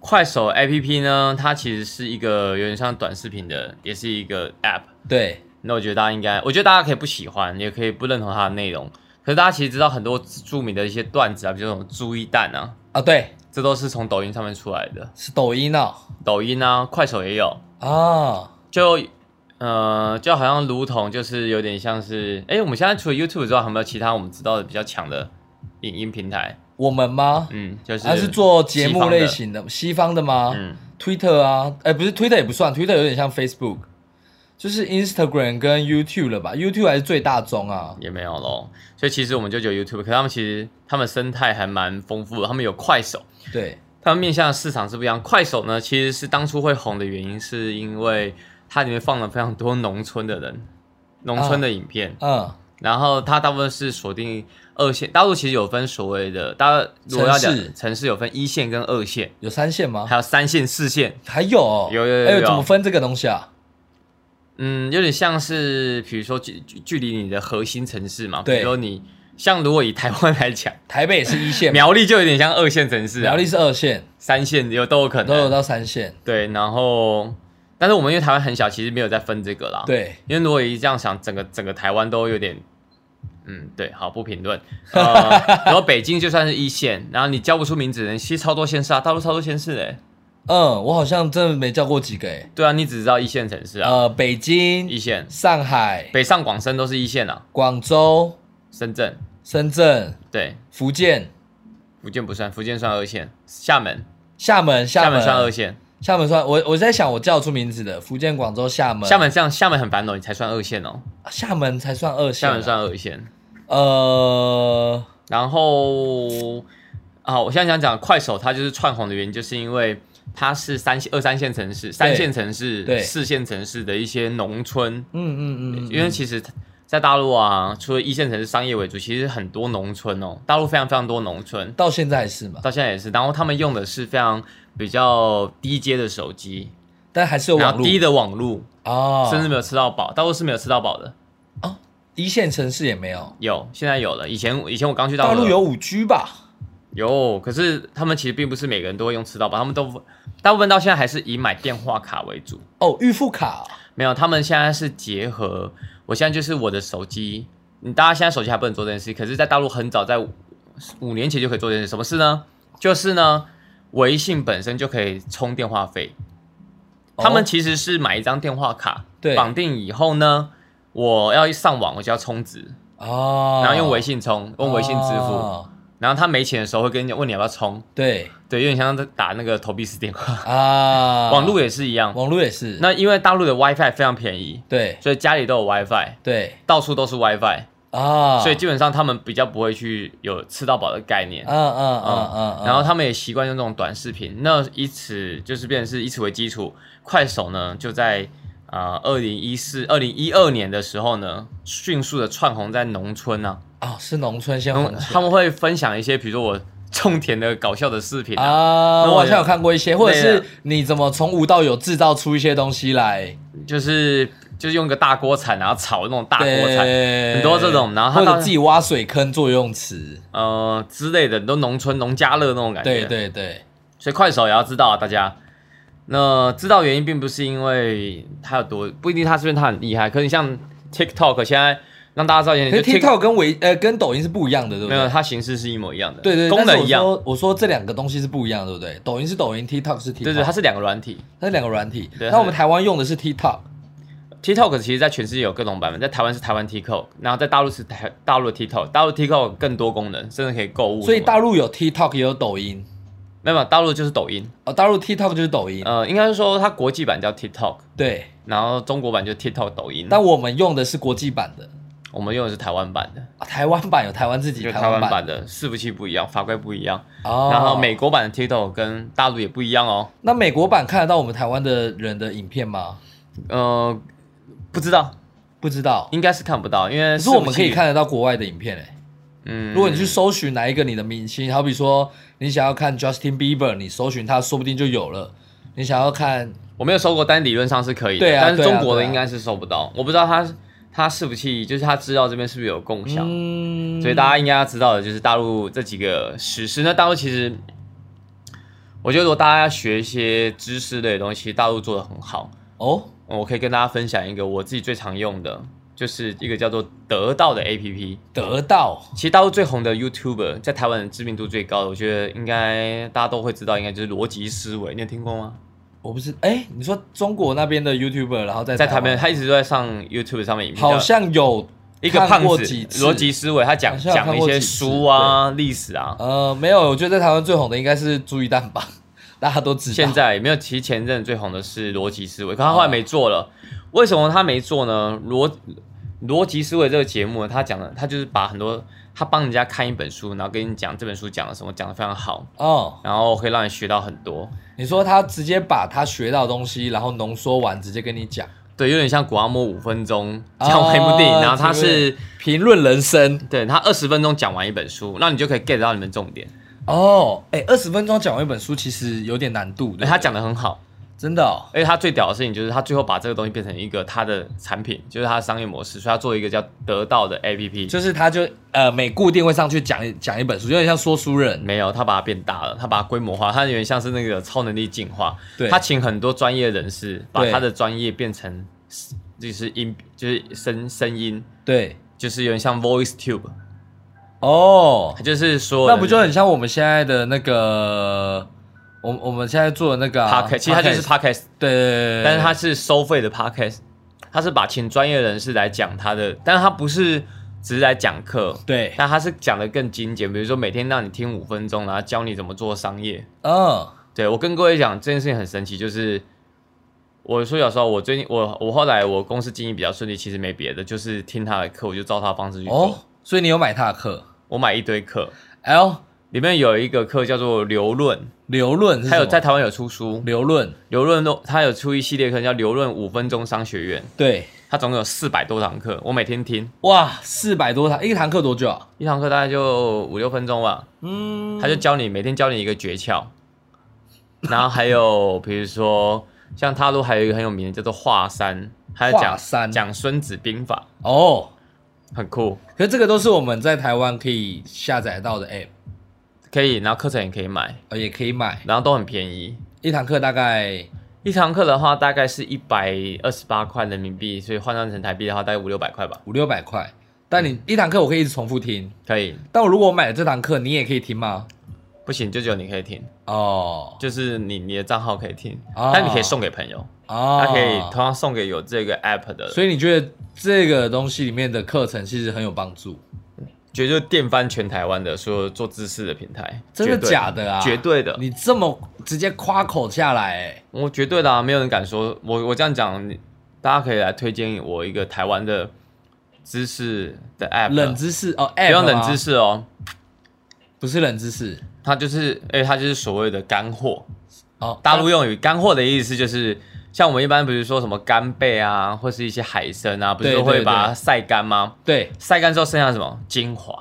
快手 APP 呢，它其实是一个有点像短视频的，也是一个 App。对，那我觉得大家应该，我觉得大家可以不喜欢，也可以不认同它的内容。可是大家其实知道很多著名的一些段子啊，比如那种猪一蛋啊，啊对，这都是从抖音上面出来的。是抖音哦。抖音啊，快手也有，啊，就呃，就好像如同就是有点像是，哎，我们现在除了 YouTube 之外，还有没有其他我们知道的比较强的影音平台？我们吗？嗯，就是还是做节西目方的类型的，西方的吗、嗯 t w i t t e r 啊，哎、不是 Twitter 也不算，Twitter 有点像 Facebook，就是 Instagram 跟 YouTube 了吧？YouTube 还是最大宗啊。也没有咯。所以其实我们就只有 YouTube，可他们其实他们生态还蛮丰富的，他们有快手，对，他们面向的市场是不一样。快手呢，其实是当初会红的原因，是因为它里面放了非常多农村的人。农村的影片，嗯，然后它大部分是锁定二线。大陆其实有分所谓的，大家如果要城市哦讲城市有分一线跟二线，有三线吗？还有三线、四线，还有哦有有有哎呦有怎么分这个东西啊？嗯，有点像是比如说距距距离你的核心城市嘛，比对如说你像如果以台湾来讲，台北也是一 线，苗栗就有点像二线城市、啊，苗栗是二线，三线有都有可都有能，到三线。对，然后但是我们因为台湾很小，其实没有在分这个啦，，对，因为如果一这样想，整个整个台湾都有点。嗯，对，好不评 论。呃，然后北京就算是一线，然后你叫不出名字的人，其实超多县市啊，大陆超多县市哎、嗯，我好像真的没叫过几个哎、对啊，你只知道一线城市啊，呃，北一京、线，上海、北上广深都是一线啊，广州、深圳，深圳、对，福建、福建不算，福建算二线，厦门，厦门、厦厦门门、算二线，厦门算我我在想我叫出名字的，福建、广州、厦门，厦门这样，厦门很繁荣，你才算二线哦，厦门才算二线厦啊，门算二线。呃，然后啊，我现在想讲快手，它就是窜红的原因，就是因为它是三线、二三线城市、三线城对市、四线城市的一些农村，嗯嗯嗯，因为其实。在大陆啊，除了一线城市商业为主，其实很多农村哦，大陆非常非常多农村，到现在还是嘛，到现在也是。然后他们用的是非常比较低阶的手机，但还是有然网后络低的网路，哦，甚至没有吃到饱，大陆是没有吃到饱的。哦，一线城市也没有，有，现在有了。以前以前我刚去大陆陆有五 G 吧？有，可是他们其实并不是每个人都会用吃到饱，他们都大部分到现在还是以买电话卡为主。哦，预付卡没有，他们现在是结合，我现在就是我的手机，你大家现在手机还不能做这件事，可是，在大陆很早，在五五年前就可以做这件事。什么事呢？就是呢，微信本身就可以充电话费。哦他们其实是买一张电话卡，对绑定以后呢，我要一上网我就要充值，哦，然后用微信充，用微信支付。哦然后他没钱的时候会跟你问你要不要充，对对，有点像在打那个投币式电话。啊，网络也是一样，网络也是，那因为大陆的 WiFi 非常便宜，对所以家里都有 WiFi，对到处都是 WiFi，啊，所以基本上他们比较不会去有吃到饱的概念。嗯嗯嗯嗯，哦然后他们也习惯用这种短视频，那以此就是变成是以此为基础，快手呢就在啊二零一四、二零一二年的时候呢，迅速的窜红在农村啊，哦是农村先然后红起他来们会分享一些，比如说我种田的搞笑的视频啊，啊，那我我好也像有看过一些，或者对啊是你怎么从无到有制造出一些东西来，就是就是用一个大锅铲，然后炒那种大锅铲，对很多这种然后它或者到自己挖水坑做游泳池，呃之类的，都农村农家乐那种感觉。对。对对，所以快手也要知道啊，大家。那知道原因并不是因为它有多，不一定它是因为它很厉害，可是你像 TikTok 现在让大家知道一点，可哎就是 Tik- TikTok 跟微呃跟抖音是不一样的，对不没有对？它形式是一模一样的，对对，功但是能我一样，说我说这两个东西是不一样的，对不对？抖音是抖音，TikTok 是 TikTok，对对，它是两个软体。它是两个软体。对那我们它是台湾用的是 TikTok， TikTok 其实在全世界有各种版本，在台湾是台湾 TikTok，然后在大陆是台大陆的 TikTok，大陆 TikTok 更多功能，甚至可以购物什么的。所以大陆有 TikTok 也有抖音，没有没有大陆就是抖音，哦，大陆 TikTok 就是抖音，呃，应该是说它国际版叫 TikTok，对。然后中国版就 TikTok 抖音。但我们用的是国际版的，我们用的是台湾版的，啊台湾版有台湾自己就台台湾版，版的伺服器不一样，法规不一样。哦然后美国版的 TikTok 跟大陆也不一样哦。那美国版看得到我们台湾的人的影片吗？呃，不知道，不知道，应该是看不到，因为可是我伺服们器可以看得到国外的影片诶、欸嗯，如果你去搜寻哪一个你的明星，好比说你想要看 Justin Bieber，你搜寻他，说不定就有了。你想要看，我没有收过，但理论上是可以的。对啊但是对啊中国的对啊应该是收不到，我不知道他他是不是，就是他知道这边是不是有共享，嗯，所以大家应该要知道的就是大陆这几个实施。那大陆其实，我觉得如果大家要学一些知识类的东西，大陆做的很好。哦，我可以跟大家分享一个我自己最常用的，就是一个叫做得到的 APP。得到其实大陆最红的 YouTuber，在台湾的知名度最高的，我觉得应该大家都会知道，应该就是逻辑思维。你有听过吗？我不是，哎，你说中国那边的 YouTuber，然后在在台呃台湾，湾，他一直都在上 YouTube 上面影片，好像有一个看胖过子几次逻辑思维，他好讲像有看讲一过些几次书啊、历史啊。呃，没有，我觉得在台湾最红的应该是朱一蛋吧， 大家都知道。现在也没有，其实前阵最红的是逻辑思维，可他后来没做了。为什么他没做呢？逻逻辑思维这个节目呢，他讲的，他就是把很多他帮人家看一本书，然后跟你讲这本书讲了什么，讲的非常好，哦，然后可以让你学到很多。你说他直接把他学到的东西，然后浓缩完，直接跟你讲，对，有点像《古阿莫五分钟》啊这样拍一部电影，然后他这是评论人生。对他二十分钟讲完一本书，那你就可以 get 到你们重点。哦，哎，二十分钟讲完一本书，其实有点难度。对不对他讲的很好，真的哦，而且他最屌的事情就是他最后把这个东西变成一个他的产品，就是他的商业模式，所以他做一个叫得到的 APP。就是他就呃每固定会上去讲一讲一本书，有点像说书人。没有，他把它变大了，他把它规模化，他有点像是那个超能力进化。对他请很多专业人士把对他的专业变成就是音，就是声声音，对，就是有点像 Voice Tube，哦，就是说那不就很像我们现在的那个，我我们现在做的那个、啊 Podcast，其实它就是 podcast Podcast，对对对对对但是它是收费的 Podcast，它是把请专业人士来讲他的，但是它不是只是来讲课。对，但它是讲的更精简，比如说每天让你听五分钟，然后教你怎么做商业。嗯，对我跟各位讲这件事情很神奇，就是我说小时候我最近我我后来我公司经营比较顺利，其实没别的，就是听他的课，我就照他的方式去做。哦，所以你有买他的课我买一堆课， ？L 里面有一个课叫做流论，流论是他有什么在台湾有出书，流论，流论都他有出一系列课叫流论五分钟商学院，对，它总共有四百多堂课，我每天听哇，四百多堂，一堂课多久啊？一堂课大概就五六分钟吧，嗯，他就教你每天教你一个诀窍，然后还有比如说像大陆还有一个很有名的叫做华山，他在华山讲讲《孙子兵法哦，》，很酷，可是这个都是我们在台湾可以下载到的 App，可以，然后课程也可以买，呃，也可以买，然后都很便宜。一堂课大概一堂课的话大概是一百二十八块人民币，所以换算成台币的话大概五六百块吧，五六百块，但你一堂课我可以一直重复听，可以。但我如果我买了这堂课，你也可以听吗？不行，就只有你可以听，哦，就是你你的账号可以听，哦但你可以送给朋友，哦，他可以同样送给有这个 app 的，所所以你觉得这个东西里面的课程其实很有帮助？以绝对电翻全台湾的所有做知识的平台，真的绝对假的啊？绝对的，你这么直接夸口下来、欸，我绝对的、啊，没有人敢说我我这样讲，你大家可以来推荐我一个台湾的知识的 app，啊冷知识哦，不不用冷知，识哦，不是冷知识它就是哎，它就是所谓的干货，哦，大陆用语干货的意思就是。像我们一般，比如说什么干贝啊，或是一些海参啊，不是对都会对把它对晒干吗？对晒干之后剩下什么精华？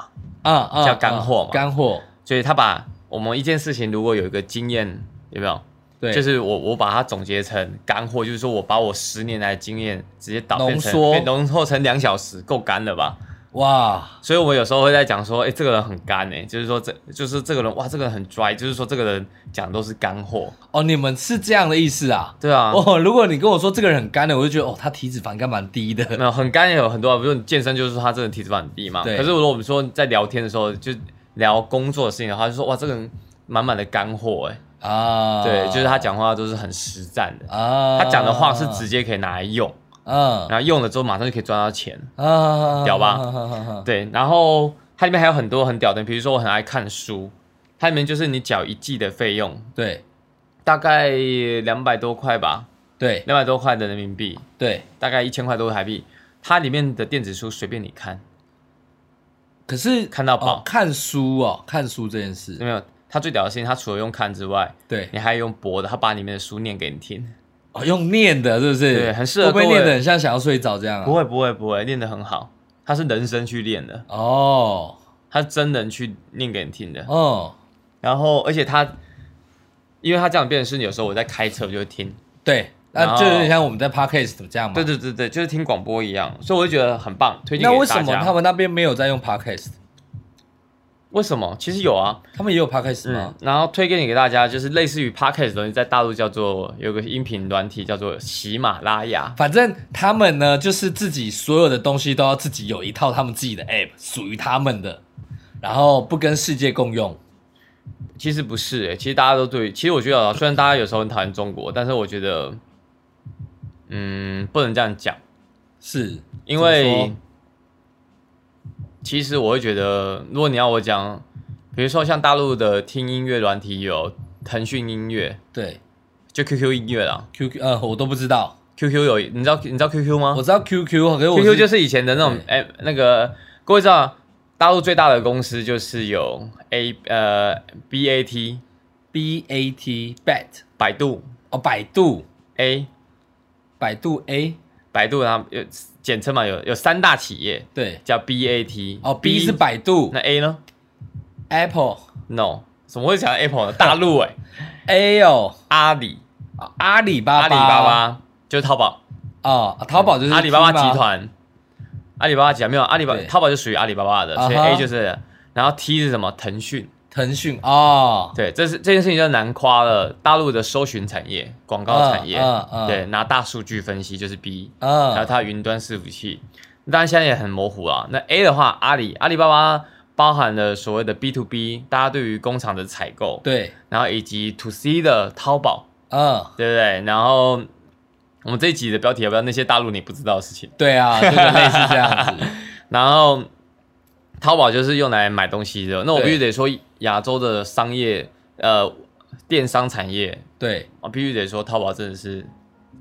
啊啊，叫干货嘛啊干货所以他把我们一件事情如果有一个经验，有没有？对，就是我我把它总结成干货，就是说我把我十年来的经验直接导变成浓缩变浓缩成两小时，够干了吧？哇，所以我有时候会在讲说，哎、这个人很干哎、就是说这就是这个人哇，这个人很 dry，就是说这个人讲的都是干货，哦，你们是这样的意思啊？对啊。哦，如果你跟我说这个人很干的，我就觉得哦，他体脂肪应该蛮低的。 没有很干也有很多啊，比如说你健身就是说他这个人体脂肪很低嘛。对可是如果我们说在聊天的时候，就聊工作的事情的话，就说哇，这个人满满的干货哎、啊，对，就是他讲话都是很实战的，啊，他讲的话是直接可以拿来用，嗯然后用了之后马上就可以赚到钱。啊，屌吧啊啊啊啊啊对，然后它里面还有很多很屌的，比如说我很爱看书，它里面就是你缴一季的费用，对大概两百多块吧，对两百多块的人民币，对，大概一千块多台币。它里面的电子书随便你看，可是看到哦饱，看书哦，看书这件有事，没有？它最屌的事情，它除了用看之外，对，你还用播的，它把里面的书念给你听。哦，用念的，是不是？对很适合会不会各位念的很像想要睡着这样不啊？会不会不会，念得很好，它是人声去练的。哦，它他是真人去念给你听的。哦，然后，而且他，因为他这样变成是有时候我在开车我就会听，对，那然后就有点像我们在 podcast 怎么这样嘛。对对对对，就是听广播一样，所以我就觉得很棒，推荐啊那给为大什么他家。们那边没有在用 podcast？为什么？其实有啊，他们也有 podcast 嗯吗？，然后推荐给大家就是类似于 podcast 的东西，在大陆叫做有个音频软体叫做喜马拉雅，反正他们呢，就是自己所有的东西都要自己有一套他们自己的 app，属于他们的，然后不跟世界共用。其实不是诶、其实大家都对，其实我觉得啊，虽然大家有时候很讨厌中国，但是我觉得，嗯，不能这样讲，是因怎么为说其实我会觉得，如果你要我讲，比如说像大陆的听音乐软体有腾讯音乐，对就 QQ 音乐啦 QQ，呃，我都不知道， ，QQ 有你知道你知道 QQ 吗我知道 QQ，可是我？QQ 就是是以前的那种哎、那个各位知道，大陆最大的公司就是有 A 呃 BAT BAT BAT 百度哦，百度 A 百度 A 百度，然后有简称嘛，有有三大企业对叫 BAT。哦，B 是百度那 A 呢，Apple ？No，怎么会想到 Apple 呢？大 陆哎、 A 哦，阿里，啊阿里巴巴阿里巴巴就是淘宝，哦，淘宝就是阿里巴 T 吗巴集，团，阿里巴巴集团没有阿里巴对淘宝就属于阿里巴巴的，所以啊哈 A 就是，然后 T 是什么？腾讯。腾讯哦，对，这是这件事情就难夸了大陆的搜寻产业、广告产业，嗯嗯嗯对，拿大数据分析就是 B，、然后嗯，它云端伺服器，当然现在也很模糊啊。那 A 的话，阿里阿里巴巴包含了所谓的 B to B，大家对于工厂的采购，对，然后以及 to C 的淘宝，嗯，对不对？然后我们这一集的标题要不要那些大陆你不知道的事情？对啊，就是类似这样子，然后淘宝就是用来买东西的，那我必须得说，亚洲的商业呃电商产业，对，我啊必须得说，淘宝真的是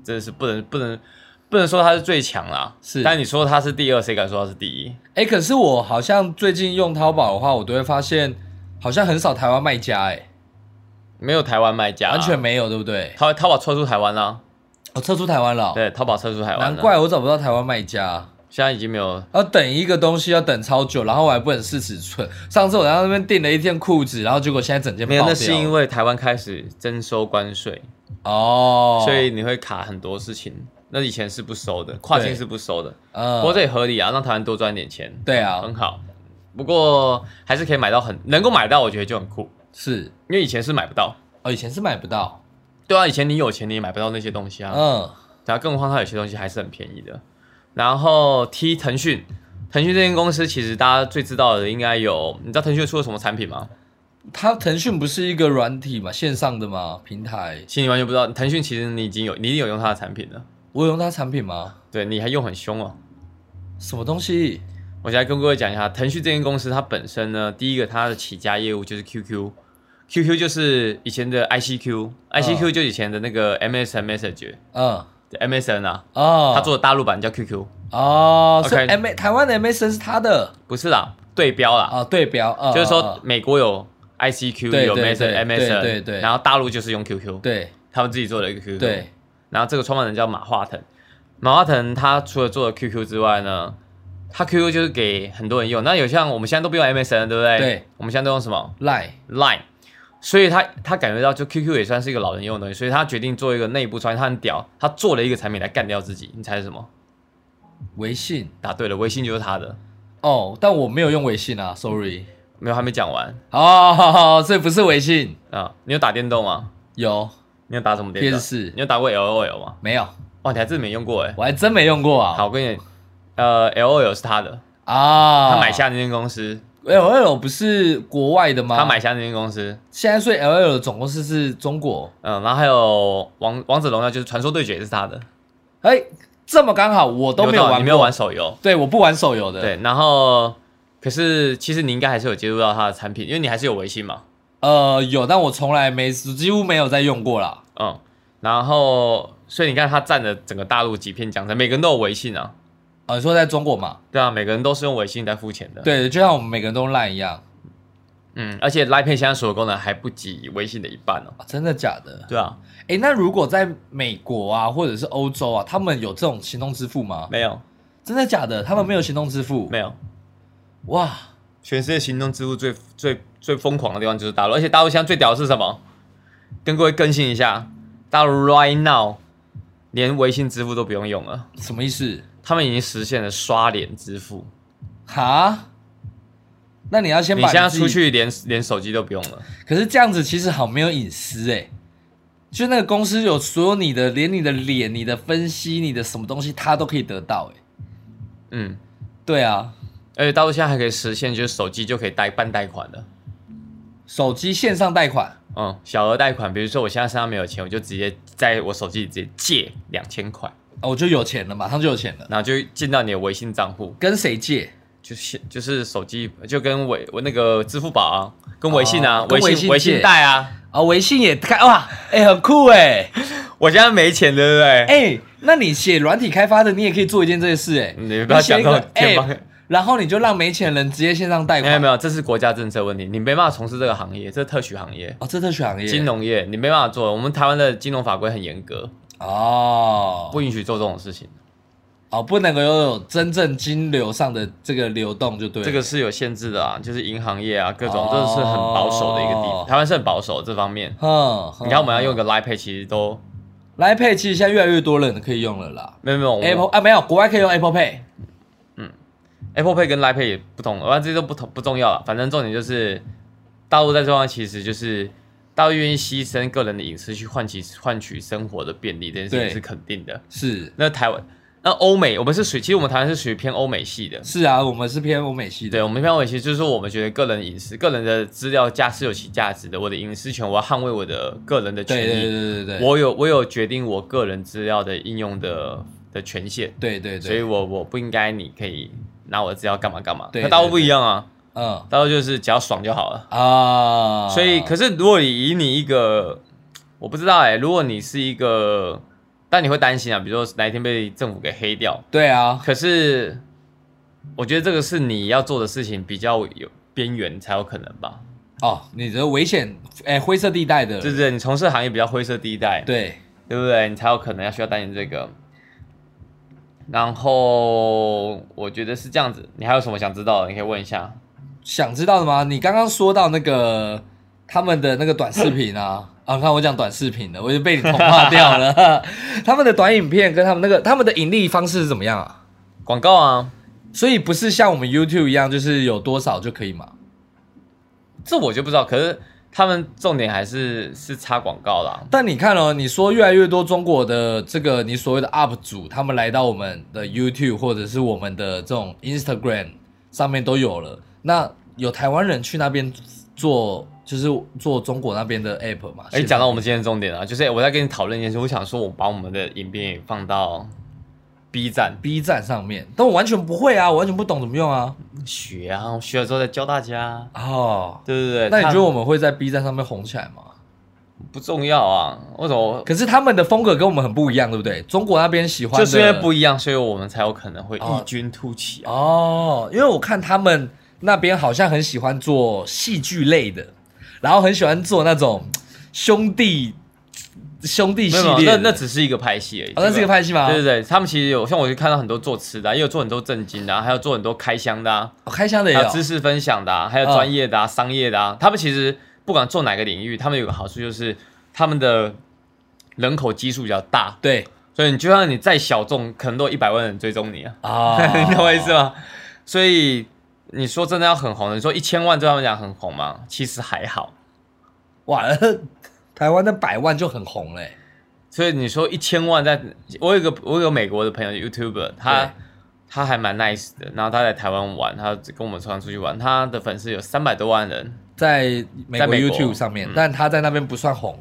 真的是不能不能不能说它是最强啦，是但你说它是第二，谁敢说它是第一？哎，可是我好像最近用淘宝的话，我都会发现好像很少台湾卖家，哎，没有台湾卖家啊，完全没有，对不对？淘淘宝撤出台湾啦，我撤出台湾了哦，对，淘宝撤出台湾，难，怪我找不到台湾卖家。现在已经没有。要等一个东西要等超久，然后我还不能试尺寸。上次我在那边订了一件裤子，然后结果现在整件爆没掉有，了。那是因为台湾开始征收关税，哦，所以你会卡很多事情。那以前是不收的，跨境对是不收的，嗯，不过这嗯也合理啊，让台湾多赚点钱，对啊很，好。不过还是可以买到很能够买到，我觉得就很酷，是因为以前是买不到。哦，以前是买不到，对啊，以前你有钱你也买不到那些东西啊。嗯，然后更何况它有些东西还是很便宜的。然后 T 腾讯，腾讯这间公司其实大家最知道的应该有，你知道腾讯出了什么产品吗？它腾讯不是一个软体嘛，线上的嘛平台，其实你完全不知道，腾讯其实你已经有你已经有用它的产品了，我有用它产品吗？对，你还用很凶哦。什么东西？我先来跟各位讲一下，腾讯这间公司它本身呢，第一个它的起家业务就是 QQ。QQ 就是以前的 ICQ，ICQ、ICQ 就以前的那个 MSN Message 嗯，对 MSN 啊，哦，它做的大陆版叫 QQ，哦，所以 OK M 台湾的 MSN 是它的不是啦，对标啦，啊对标，嗯就是嗯说嗯美国有 ICQ 对有对 MSN 对 MSN，对对对然后大陆就是用 QQ，对他们自己做了一个 QQ，，对，然后这个创办人叫马化腾，马化腾他除了做了 QQ 之外呢，他 QQ 就是给很多人用，那有像我们现在都不用 MSN，对不对？对，我们现在都用什么赖 Line，所以他他感觉到就 QQ 也算是一个老人用的东西，所以他决定做一个内部创新，他很屌，他做了一个产品来干掉自己，你猜是什么？微信答对了，微信就是他的，哦，但我没有用微信啊，sorry。没有还没讲完哦， 所以不是微信，啊、你有打电动吗？有你有打什么电动？ PS 你有打过 L O L 吗？没有？哇，你还真没用过哎。我还真没用过啊。好，我跟你，呃，L O L 是他的，啊，他买下那间公司， L L 不是国外的吗？他买下那间公司，现在所以 L L 的总公司是中国。嗯，然后还有王王者荣耀，就是传说对决也是他的，哎，这么刚好我都没有有道理玩，你没有玩。手游，对，我不玩手游的。，对，然后可是其实你应该还是有接触到他的产品，因为你还是有微信嘛，呃，有，但我从来没，几乎没有在用过啦。嗯，然后所以你看他占了整个大陆几片江山，每个人都有微信啊，呃，你说在中国嘛？对啊，每个人都是用微信在付钱的，，对，就像我们每个人都烂一样嗯，而且 Line Pay 现在所有功能还不及微信的一半哦，啊，真的假的？对啊，哎，那如果在美国啊，或者是欧洲啊，他们有这种行动支付吗？没有真的假的？他们没有行动支付？没有，哇，全世界行动支付最最最疯狂的地方就是大陆，而且大陆现在最屌的是什么？跟各位更新一下，大陆 right now 连微信支付都不用用了，什么意思？他们已经实现了刷脸支付。哈？那你要先你把现在自己出，去连连手机都不用了，可是这样子其实好没有隐私哎、就那个公司有所有你的，连你的脸、你的分析、你的什么东西，他都可以得到哎、嗯，对啊，而且大陆现在还可以实现，就是手机就可以贷办贷款的，手机线上贷款，嗯，小额贷款，比如说我现在身上没有钱，我就直接在我手机里直接借两千块，哦我就有钱了，马上就有钱了。然后就进到你的微信账户，跟谁借？就是就是手机就跟微我那个支付宝啊，跟微信啊，哦跟微微信信微信借贷啊，啊、微信也开哇，哎、很酷哎、我现在没钱，对不对？ 哎、那你写软体开发的，你也可以做一件这件事哎、你不要写讲一到个哎天方 app，然后你就让没钱人直接线上贷没款，有没有，这是国家政策问题，你没办法从事这个行业，这是特许行业，哦，这特许行业金融业你没办法做。我们台湾的金融法规很严格，哦，不允许做这种事情，哦，不能够有真正金流上的这个流动就对了，这个是有限制的啊，就是银行业啊，各种哦这是很保守的一个地方，台湾是很保守这方面。嗯，嗯，你看我们要用一个 Line Pay，其实都来 Pay，其实现在越来越多人可以用了啦没有没有我们，Apple 啊没有，国外可以用 Apple Pay， Apple Pay 跟 Line Pay 也不同，而这些都不同不重要了。反正重点就是，大陆在这方面其实就是大陆愿意牺牲个人的隐私去换取换取生活的便利，这件事情对是肯定的。是那台湾，那欧美，我们是属于，其实我们台湾是属于偏欧美系的。是啊，我们是偏欧美系的，对，我们偏欧美系，就是说我们觉得个人隐私、个人的资料价是有其价值的。我的隐私权，我要捍卫我的个人的权对利。对对对对，我有我有决定我个人资料的应用的的权限，对对所以对，我我不应该你可以拿我的资料干嘛干嘛。对可大陆对不一样啊。嗯到时候就是只要爽就好了。啊，所以，可是是如果以你一个，我不知道哎、如果你是一个，但你会担心啊，比如说哪一天被政府给黑掉。对啊，可是，我觉得这个是你要做的事情比较有边缘才有可能吧，哦，你的危险哎灰色地带的，对不对？你从事行业比较灰色地带，对，对不对？你才有可能要需要担心这个。然后我觉得是这样子，你还有什么想知道的？你可以问一下。想知道的吗？你刚刚说到那个他们的那个短视频啊，啊，你看我讲短视频了，我就被你同化 掉了。他们的短影片跟他们那个他们的盈利方式是怎么样啊？广告啊，所以不是像我们 YouTube 一样，就是有多少就可以嘛？这我就不知道。可是他们重点还是是插广告啦。但你看哦，你说越来越多中国的这个你所谓的 UP 主，他们来到我们的 YouTube 或者是我们的这种 Instagram 上面都有了。那有台湾人去那边做，就是做中国那边的 App 嘛？哎、讲到我们今天的重点啊，就是我在跟你讨论一件事，我想说，我把我们的影片也放到 B 站 B 站上面，但我完全不会啊，我完全不懂怎么用啊。学啊，我学了之后再教大家，哦，对不对？那你它觉得我们会在 B 站上面红起来吗？不重要啊？为什么？可是他们的风格跟我们很不一样，对不对？中国那边喜欢就的是因为不一样，所以我们才有可能会异哦军突起啊。哦，因为我看他们那边好像很喜欢做戏剧类的，然后很喜欢做那种兄弟兄弟系没有没列有的，那那只是一个拍戏而已。啊哦，那是一个拍戏吗？对对对，他们其实有像我就看到很多做吃的啊、也有做很多正经的啊、还有做很多开箱的啊，哦嗯开箱的也还有有知识分享的、啊，还有专业的、啊、商业的、啊，他们其实不管做哪个领域，他们有个好处就是他们的人口基数比较大，对所以你就算你再小众，可能都有一百万人追踪你啊，啊 你懂我意思吗？所以你说真的要很红，你说一千万对他们讲很红吗？其实还好。哇， 台湾的百万就很红欸嘞、所以你说一千万在，我有一个我有个美国的朋友 YouTuber，他对他还蛮 nice 的，然后他在台湾玩，他跟我们常常出去玩，他的粉丝有三百多万人，在美在国美国嗯 YouTube 上面，但他在那边不算红。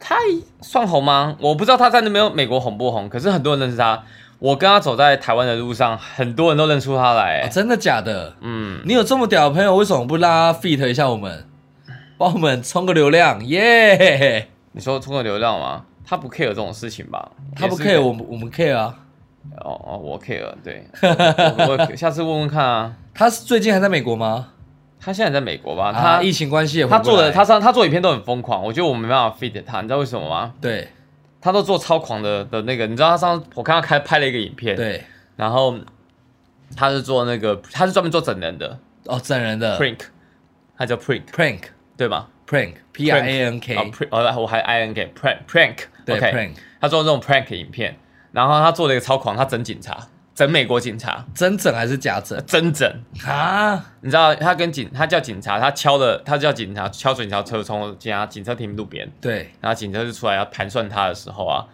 他算红吗？我不知道他在那边美国红不红，可是很多人认识他。我跟他走在台湾的路上，很多人都认出他来、啊真的假的？嗯，你有这么屌的朋友，为什么不让他 fit 一下我们，帮我们冲个流量？耶、你说冲个流量吗？他不 care 这种事情吧？他不也是 care 我们，我们 care 啊。哦哦，我 care，对，我 我我下次问问看啊。他是最近还在美国吗？他现在在美国吧？他、啊他疫情关啊系也回不他来做的他上他做影片都很疯狂，我觉得我没办法 fit 他，你知道为什么吗？对他都做超狂的的那个，你知道他上我看他开拍了一个影片，对然后他是做那个他是专门做整人的，哦，整人的 prank，它叫 prank， prank 对吧 prank p r a n 啊 k prank，哦，我还 i n k prank prank，对 OK prank 他做这种 prank 影片，然后他做了一个超狂，他整警察，整美国警察，真整还是 假整真整。啊？你知道他跟警，他叫警察，他敲了，他叫警察敲警察车窗，警察警车停路边，对然后警车就出来要盘算他的时候啊，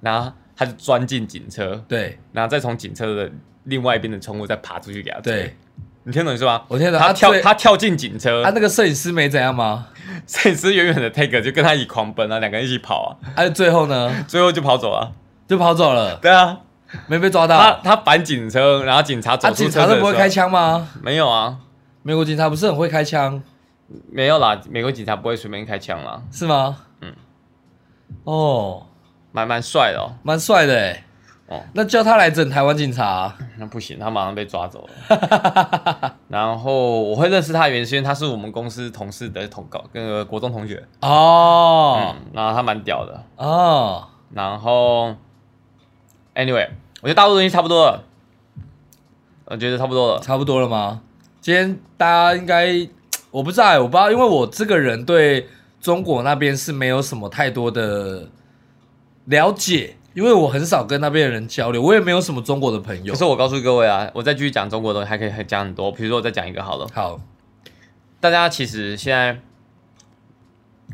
然后他就钻进警车，对然后再从警车的另外一边的窗户再爬出去给他追对，，你听懂你说吗？我听得他跳最他跳进警车 啊，，那个摄影师没怎样吗？摄影师远远的 take 就跟他一起狂奔啊，两个人一起跑啊，啊，最后呢最后就跑走了。就跑走了，对啊，没被抓他到。他反警车，然后警察走啊，出车警子察都的不会时候开枪吗？没有啊，美国警察不是很会开枪没有啦，美国警察不会随便开枪啦，是吗？嗯，哦，蛮蛮帅的哦。 蛮帅的哎。哦那叫他来整台湾警察啊、那不行，他马上被抓走了。 然后我会认识他，原因是因为他是我们公司同事的同高，跟国中同学。哦、嗯，然后他蛮屌的。哦，然后，anyway，我觉得大陆东西差不多了，我觉得差不多了。差不多了吗？今天大家应该我不知道欸，我不知道，因为我这个人对中国那边是没有什么太多的了解，因为我很少跟那边的人交流，我也没有什么中国的朋友可。是我告诉各位啊，我再继续讲中国的东西，还可以讲很多。比如说，我再讲一个好了。好，大家其实现在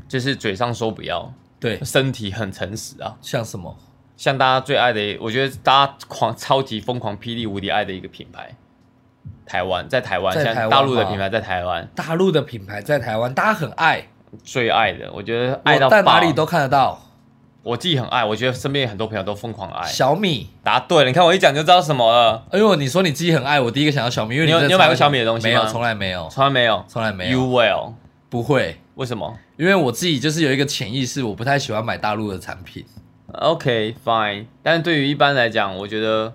就是嘴上说不要，对，身体很诚实啊。像什么？像大家最爱的，我觉得大家狂超级疯狂、霹雳无敌爱的一个品牌，台湾在台湾，在台像湾大陆的吗品牌在台湾大陆的品牌在台湾，大家很爱，最爱的，我觉得爱到我在爆哪里都看得到。我自己很爱，我觉得身边很多朋友都疯狂爱。小米，答对了，你看我一讲就知道什么了，因为你说你自己很爱，我第一个想到小米，因为你有真你有买过超爱小米的东西没有，吗从来没有，从来没有，从来没 You 有， will，不会，为什么因为我自己就是有一个潜意识，我不太喜欢买大陆的产品。 ？OK fine，但是对于一般来讲，我觉得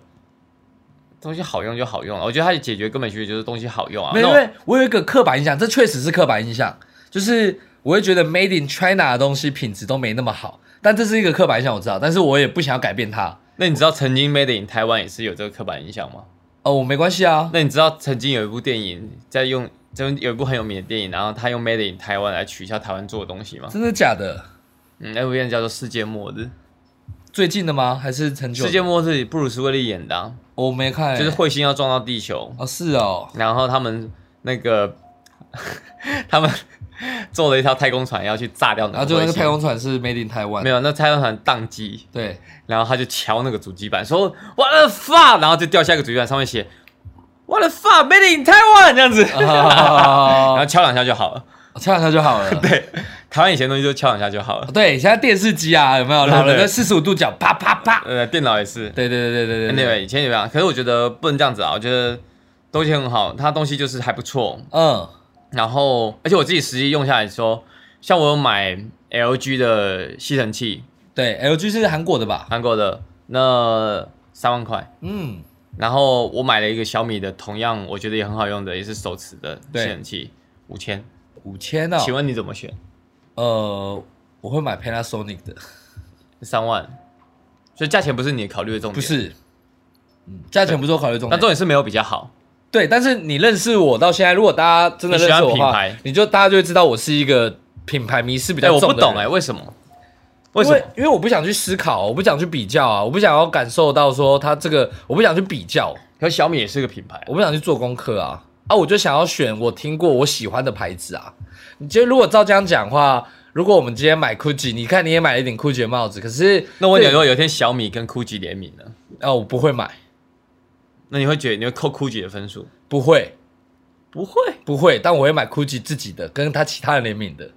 东西好用就好用了。我觉得它的解决根本区别就是东西好用啊。没那有，种因为我有一个刻板印象，这确实是刻板印象，就是我会觉得 Made in China 的东西品质都没那么好，但这是一个刻板印象，我知道，但是我也不想要改变它。那你知道曾经 Made in 台湾也是有这个刻板印象吗？哦，我没关系啊，那你知道曾经有一部电影在用，就有一部很有名的电影，然后他用 Made in 台湾来取笑台湾做的东西吗？真的假的？嗯，那部片叫做《世界末日》，最近的吗？还是很久？哦世界末日布鲁斯威利演的啊、我没看、欸，就是彗星要撞到地球，哦，是哦，然后他们那个 他们 做了一条太空船要去炸掉然那后个就那彗个太星，空船是 Made in 台湾没，有，那太空船宕机，对，然后他就敲那个主机板说 What the fuck，然后就掉下一个主机板，上面写 What the fuck，Made in 台湾这样子，啊然哦后敲两下就好了。敲两下就好了。对，台湾以前的东西就敲两下就好了。对，现在电视机啊，有没有老对了对在四十五度角啪啪啪？呃，电脑也是。对对对对对对 Anyway，以前也这样，可是我觉得不能这样子啊。我觉得东西很好，它东西就是还不错。嗯，然后，而且我自己实际用下来说，像我有买 LG 的吸尘器，对，LG 是韩国的吧？韩国的，那三万块。嗯，然后我买了一个小米的，同样我觉得也很好用的，也是手持的吸对尘器，五千。五千哦。请问你怎么选？呃，我会买 Panasonic 的，三万，所以价钱不是你考虑的重点。不，是，嗯，价钱不是我考虑重但点，重点是没有比较好。对，但是你认识我到现在，如果大家真的你喜认欢识我的品话牌，你就大家就会知道我是一个品牌迷失比哎，较我重不的人。懂哎、为什么？为因什么为？因为我不想去思考，我不想去比较啊，我不想要感受到说它这个，我不想去比较，可小米也是个品牌啊、我不想去做功课啊啊！我就想要选我听过我喜欢的牌子啊。你觉得如果照这样讲话，如果我们今天买 GUCCI，你看你也买了一顶 GUCCI 的帽子，可是那我问你，啊这如果有一天小米跟 GUCCI 联名呢？哦，我不会买，那你会觉得你会扣 GUCCI 的分数？不会，不会，不会，但我会买 GUCCI 自己的，跟他其他人联名的。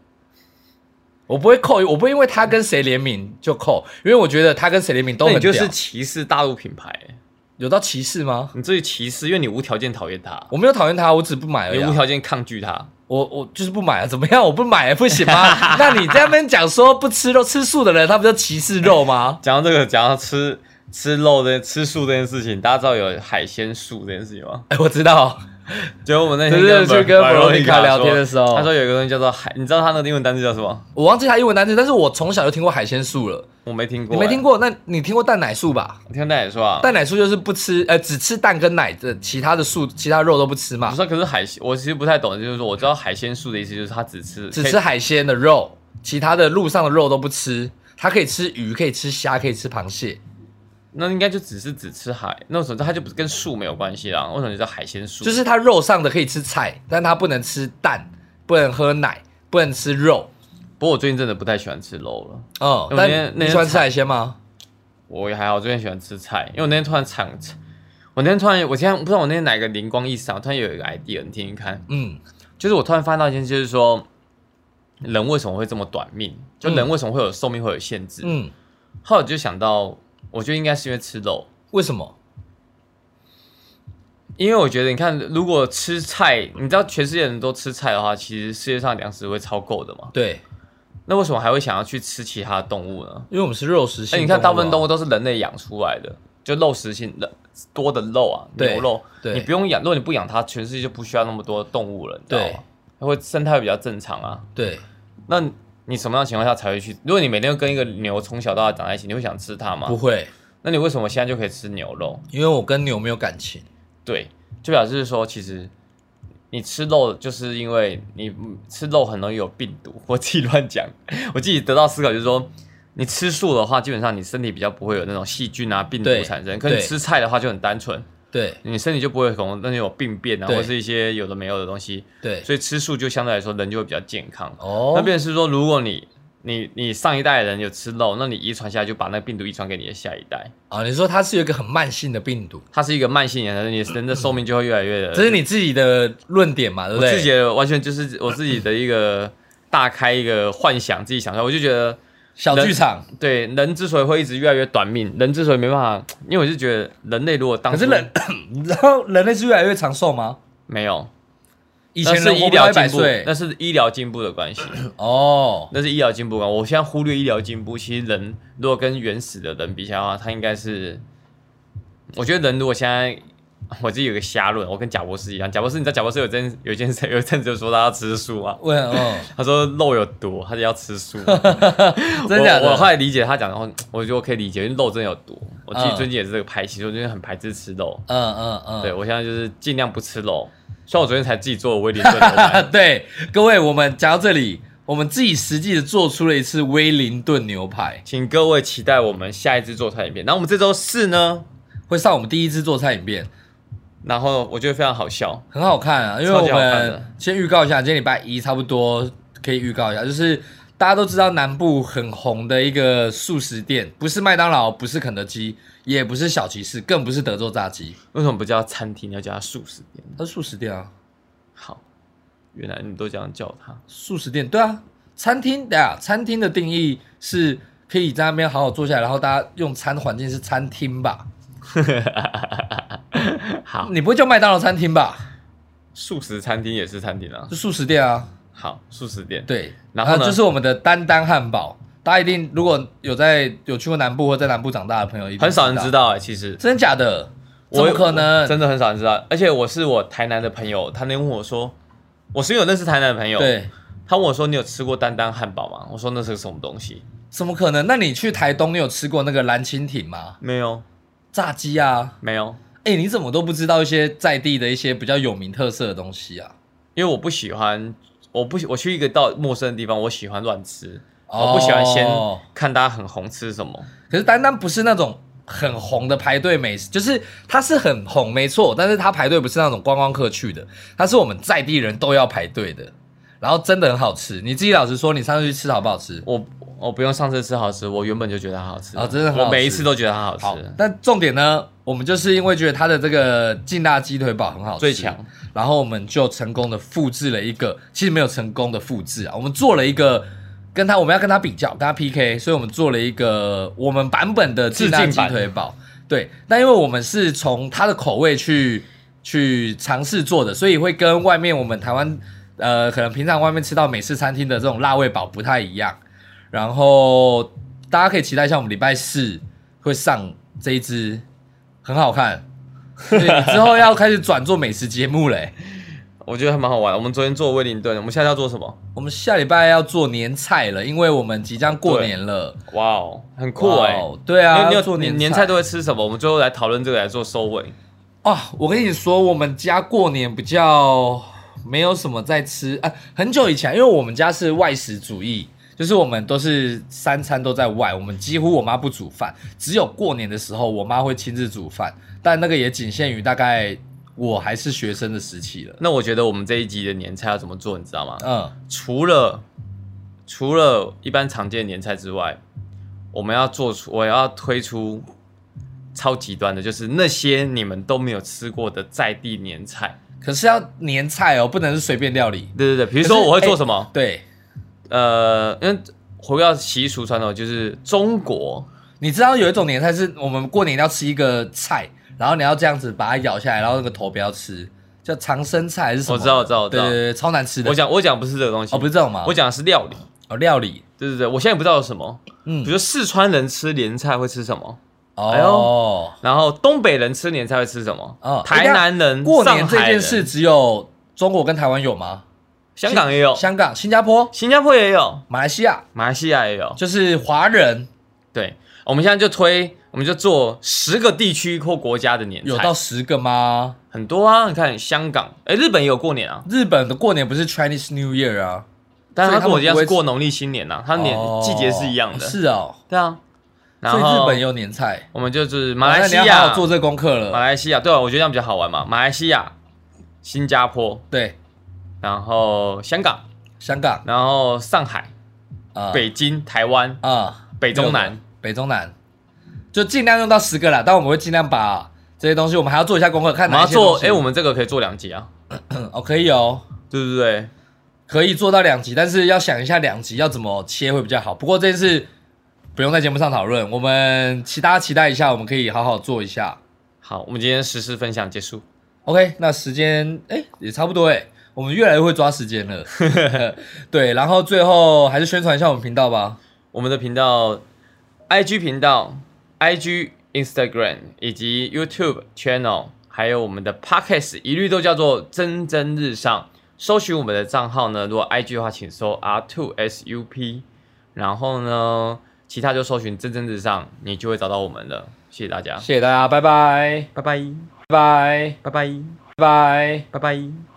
我不会扣，我不会因为他跟谁联名就扣，因为我觉得他跟谁联名都那很你就屌是歧视大陆品牌、欸有到歧视吗？你这是歧视，因为你无条件讨厌它，我没有讨厌他，我只不买而你已啊、无条件抗拒它。我我就是不买啊，怎么样？我不买、不行吗？ 那你在那边讲说不吃肉吃素的人，他不就歧视肉吗？讲到这个，讲到吃吃肉的吃素这件事情，大家知道有海鲜素这件事情吗？ 哎，我知道，结果我们那真的天去跟 Veronica Veronica 聊天的时候他说有一个东西叫做海，你知道他那个英文单词叫什么？我忘记它英文单词，但是我从小就听过海鲜素了。我没听过、你没听过？过？那你听过蛋奶素吧？我听他也说啊，蛋奶素就是不吃，呃，只吃蛋跟奶的，其他的素、其他肉都不吃我嘛，说可是海鲜，我其实不太懂，就是说我知道海鲜素的意思就是他只吃只可以吃海鲜的肉，其他的路上的肉都不吃。它可以吃鱼，可以吃虾，可以吃螃蟹。那应该就只是只吃海，那为什么它就不是跟树没有关系啦？为什么就叫海鲜素？就是它肉上的可以吃菜，但它不能吃蛋，不能喝奶，不能吃肉。不过我最近真的不太喜欢吃肉了，嗯，哎我那天但那天你喜欢菜吃海鲜吗？我也还好，我最近喜欢吃菜，因为我那天突然想，我那天突然，我现在不知道我那天哪个灵光一闪，我突然有一个 idea，你听听看，嗯，就是我突然发现到一件事，就是说人为什么会这么短命？就人嗯为什么会有寿命会有限制？嗯，后来我就想到，我觉得应该是因为吃肉，为什么？因为我觉得你看，如果吃菜，你知道全世界人都吃菜的话，其实世界上粮食会超够的嘛，对，那为什么还会想要去吃其他的动物呢？因为我们是肉食哎、性。你看，大部分动物啊物都是人类养出来的，就肉食性的多的肉啊，对牛肉，对你不用养，如果你不养它，全世界就不需要那么多动物了，你知道吗？它会生态会比较正常啊。啊，对，那你什么样的情况下才会去？如果你每天跟一个牛从小到大长在一起，你会想吃它不吗？会，那你为什么现在就可以吃牛肉？因为我跟牛没有感情。对，就表示说，其实你吃肉就是因为你嗯吃肉很容易有病毒。我自己乱讲， 我自己得到思考就是说，你吃素的话，基本上你身体比较不会有那种细菌啊、病对毒产生。可你对吃菜的话就很单纯，对你身体就不会有那种有病变啊，对或是一些有的没有的东西。对，所以吃素就相对来说人就会比较健康。哦，那便是说，如果你你你上一代人有吃肉，那你遗传下来就把那个病毒遗传给你的下一代，啊，你说它是有一个很慢性的病毒，它是一个慢性炎症，你人的寿命就会越来越的。这是你自己的论点嘛，对不呃我对？自己的完全就是我自己的一个大开一个幻想，自己想出来，我就觉得小剧场，对人之所以会一直越来越短命，人之所以没办法，因为我是觉得人类如果当可初是人， 你知道人类是越来越长寿吗？没有，以前那人是活医不到疗一百进步，那岁，是医疗进步的关系，哦，那是医疗进步的关系。我现在忽略医疗进步，其实人如果跟原始的人比较的话，他应该是，我觉得人如果现在。我自己有个瞎论，我跟贾博士一样。贾博士，你知道贾博士有阵有一件事，有一阵子就说他要吃素啊，问， 嗯，他说肉有毒，他就要吃素。 真假我？我后的？来理解他讲的话，我觉得我可以理解，因为肉真的有毒。我自己嗯最近也是这个排气，所以我最近很排斥吃肉。嗯嗯嗯，对我现在就是尽量不吃肉。虽然我昨天才自己做了威灵顿牛 排，啊对，各位，我们讲到这里，我们自己实际的做出了一次威灵顿牛排，请各位期待我们下一支做菜影片。然后我们这周四呢，会上我们第一支做菜影片，然后我觉得非常好笑，很好看啊，因为超我级好看的们先预告一下，今天礼拜一差不多可以预告一下，就是大家都知道南部很红的一个素食店，不是麦当劳，不是肯德基，也不是小骑士，更不是德州炸鸡，为什么不叫餐厅，要叫它素食店？它是素食店啊，好，原来你都这样叫它。 素食店，对啊，餐厅对啊，餐厅的定义是可以在那边好好坐下来，然后大家用餐环境是餐厅吧？好，你不会叫麦当劳餐厅吧？素食餐厅也是餐厅啊。是素食店啊，好，素食店。对，然后呢啊这是我们的丹丹汉堡，大家一定如果有在有去过南部或在南部长大的朋友，一定很少人知，道哎、其实真的假的？怎我么可能？真的很少人知道。而且我是我台南的朋友，他那天问我说，我是因为我认识台南的朋友，对，他问我说你有吃过丹丹汉堡吗？我说那是个什么东西？怎么可能？那你去台东，你有吃过那个蓝蜻蜓吗？没有，炸鸡啊？没有，哎、你怎么都不知道一些在地的一些比较有名特色的东西啊？因为我不喜欢，我不喜我去一个到陌生的地方，我喜欢乱吃，哦我不喜欢先看大家很红吃什么。可是丹丹不是那种很红的排队美食，就是它是很红没错，但是它排队不是那种观光客去的，它是我们在地人都要排队的，然后真的很好吃。你自己老实说，你上次去吃好不好吃？我我不用上次吃好吃，我原本就觉得它好吃哦真的很好吃啊我每一次都觉得它好吃，好，但重点呢，我们就是因为觉得它的这个劲辣鸡腿堡很好吃，最强，然后我们就成功的复制了一个，其实没有成功的复制啊，我们做了一个。跟他，我们要跟他比较，跟他 PK，所以我们做了一个我们版本的劲辣致敬鸡版腿堡。对，但因为我们是从它的口味去去尝试做的，所以会跟外面我们台湾呃，可能平常外面吃到美式餐厅的这种辣味堡不太一样。然后大家可以期待一下，我们礼拜四会上这一支，很好看，所以你之后要开始转做美食节目嘞、我觉得还蛮好玩。我们昨天做威灵顿，我们现在要做什么？我们下礼拜要做年菜了，因为我们即将过年了。哇哦，很酷哎、哇哦对你啊，有要你有做你年年菜菜都会吃什么？我们最后来讨论这个来做收尾。啊！我跟你说，我们家过年比较没有什么在吃啊。很久以前，因为我们家是外食主义，就是我们都是三餐都在外，我们几乎我妈不煮饭，只有过年的时候我妈会亲自煮饭，但那个也仅限于大概我还是学生的时期了。那我觉得我们这一集的年菜要怎么做，你知道吗？嗯，除了除了一般常见的年菜之外，我们要做出，我要推出超极端的，就是那些你们都没有吃过的在地年菜。可是要年菜哦，不能是随便料理。对对对，比如可说是我会做哎什么？对，呃，因为回到习俗传统，就是中国你知道有一种年菜是我们过年要吃一个菜，然后你要这样子把它咬下来，然后那个头不要吃，叫长生菜还是什么？我知道我知道我知对道对对，超难吃的。我讲我讲不是这个东西，哦，不是这种吗？我讲的是料理。哦料理，对对对，我现在不知道有什么，比嗯如，说四川人吃年菜会吃什么，哎哦，然后东北人吃年菜会吃什么，哦台南人、过年上这海件人事，只有中国跟台湾有吗？香港也有，香港、新加坡、新加坡也有，马来西亚，马来西亚也有。就是华人对，我们现在就推，我们就做十个地区或国家的年菜，有到十个吗？很多啊。你看香港，哎，日本也有过年啊，日本的过年不是 Chinese New Year 啊？但是它所以他跟我们一样不会是过农历新年啊，它年、哦季节是一样的。是哦，对啊，然所后以日本也有年菜。我们就是马马来西你要好亚好做这功课马了。来西亚，对啊，我觉得这样比较好玩嘛。马来西亚、新加坡，对，然后香港，香港然后上海、啊，北京、台湾、啊，北中南六个，北中南，就尽量用到十个啦。但我们会尽量把这些东西，我们还要做一下功课，我看们哪要一些东做，西。哎，我们这个可以做两集啊，嗯哦，可以哦，对不对？可以做到两集，但是要想一下两集要怎么切会比较好。不过这件事不用在节目上讨论，我们期大家期待一下，我们可以好好做一下。好，我们今天实时分享结束。 OK，那时间哎、也差不多哎、我们越来越会抓时 间了。对，然后最后还是宣传一下我们频道吧。我们的频道，IG 频道、IG、Instagram 以及 YouTube channel，还有我们的 Podcast，一律都叫做蒸蒸日上。搜寻我们的账号呢，如果 IG 的话，请搜 R two S U P，然后呢，其他就搜寻蒸蒸日上，你就会找到我们了。谢谢大家，谢谢大家，拜拜，拜拜，拜拜，拜拜，拜拜。拜拜。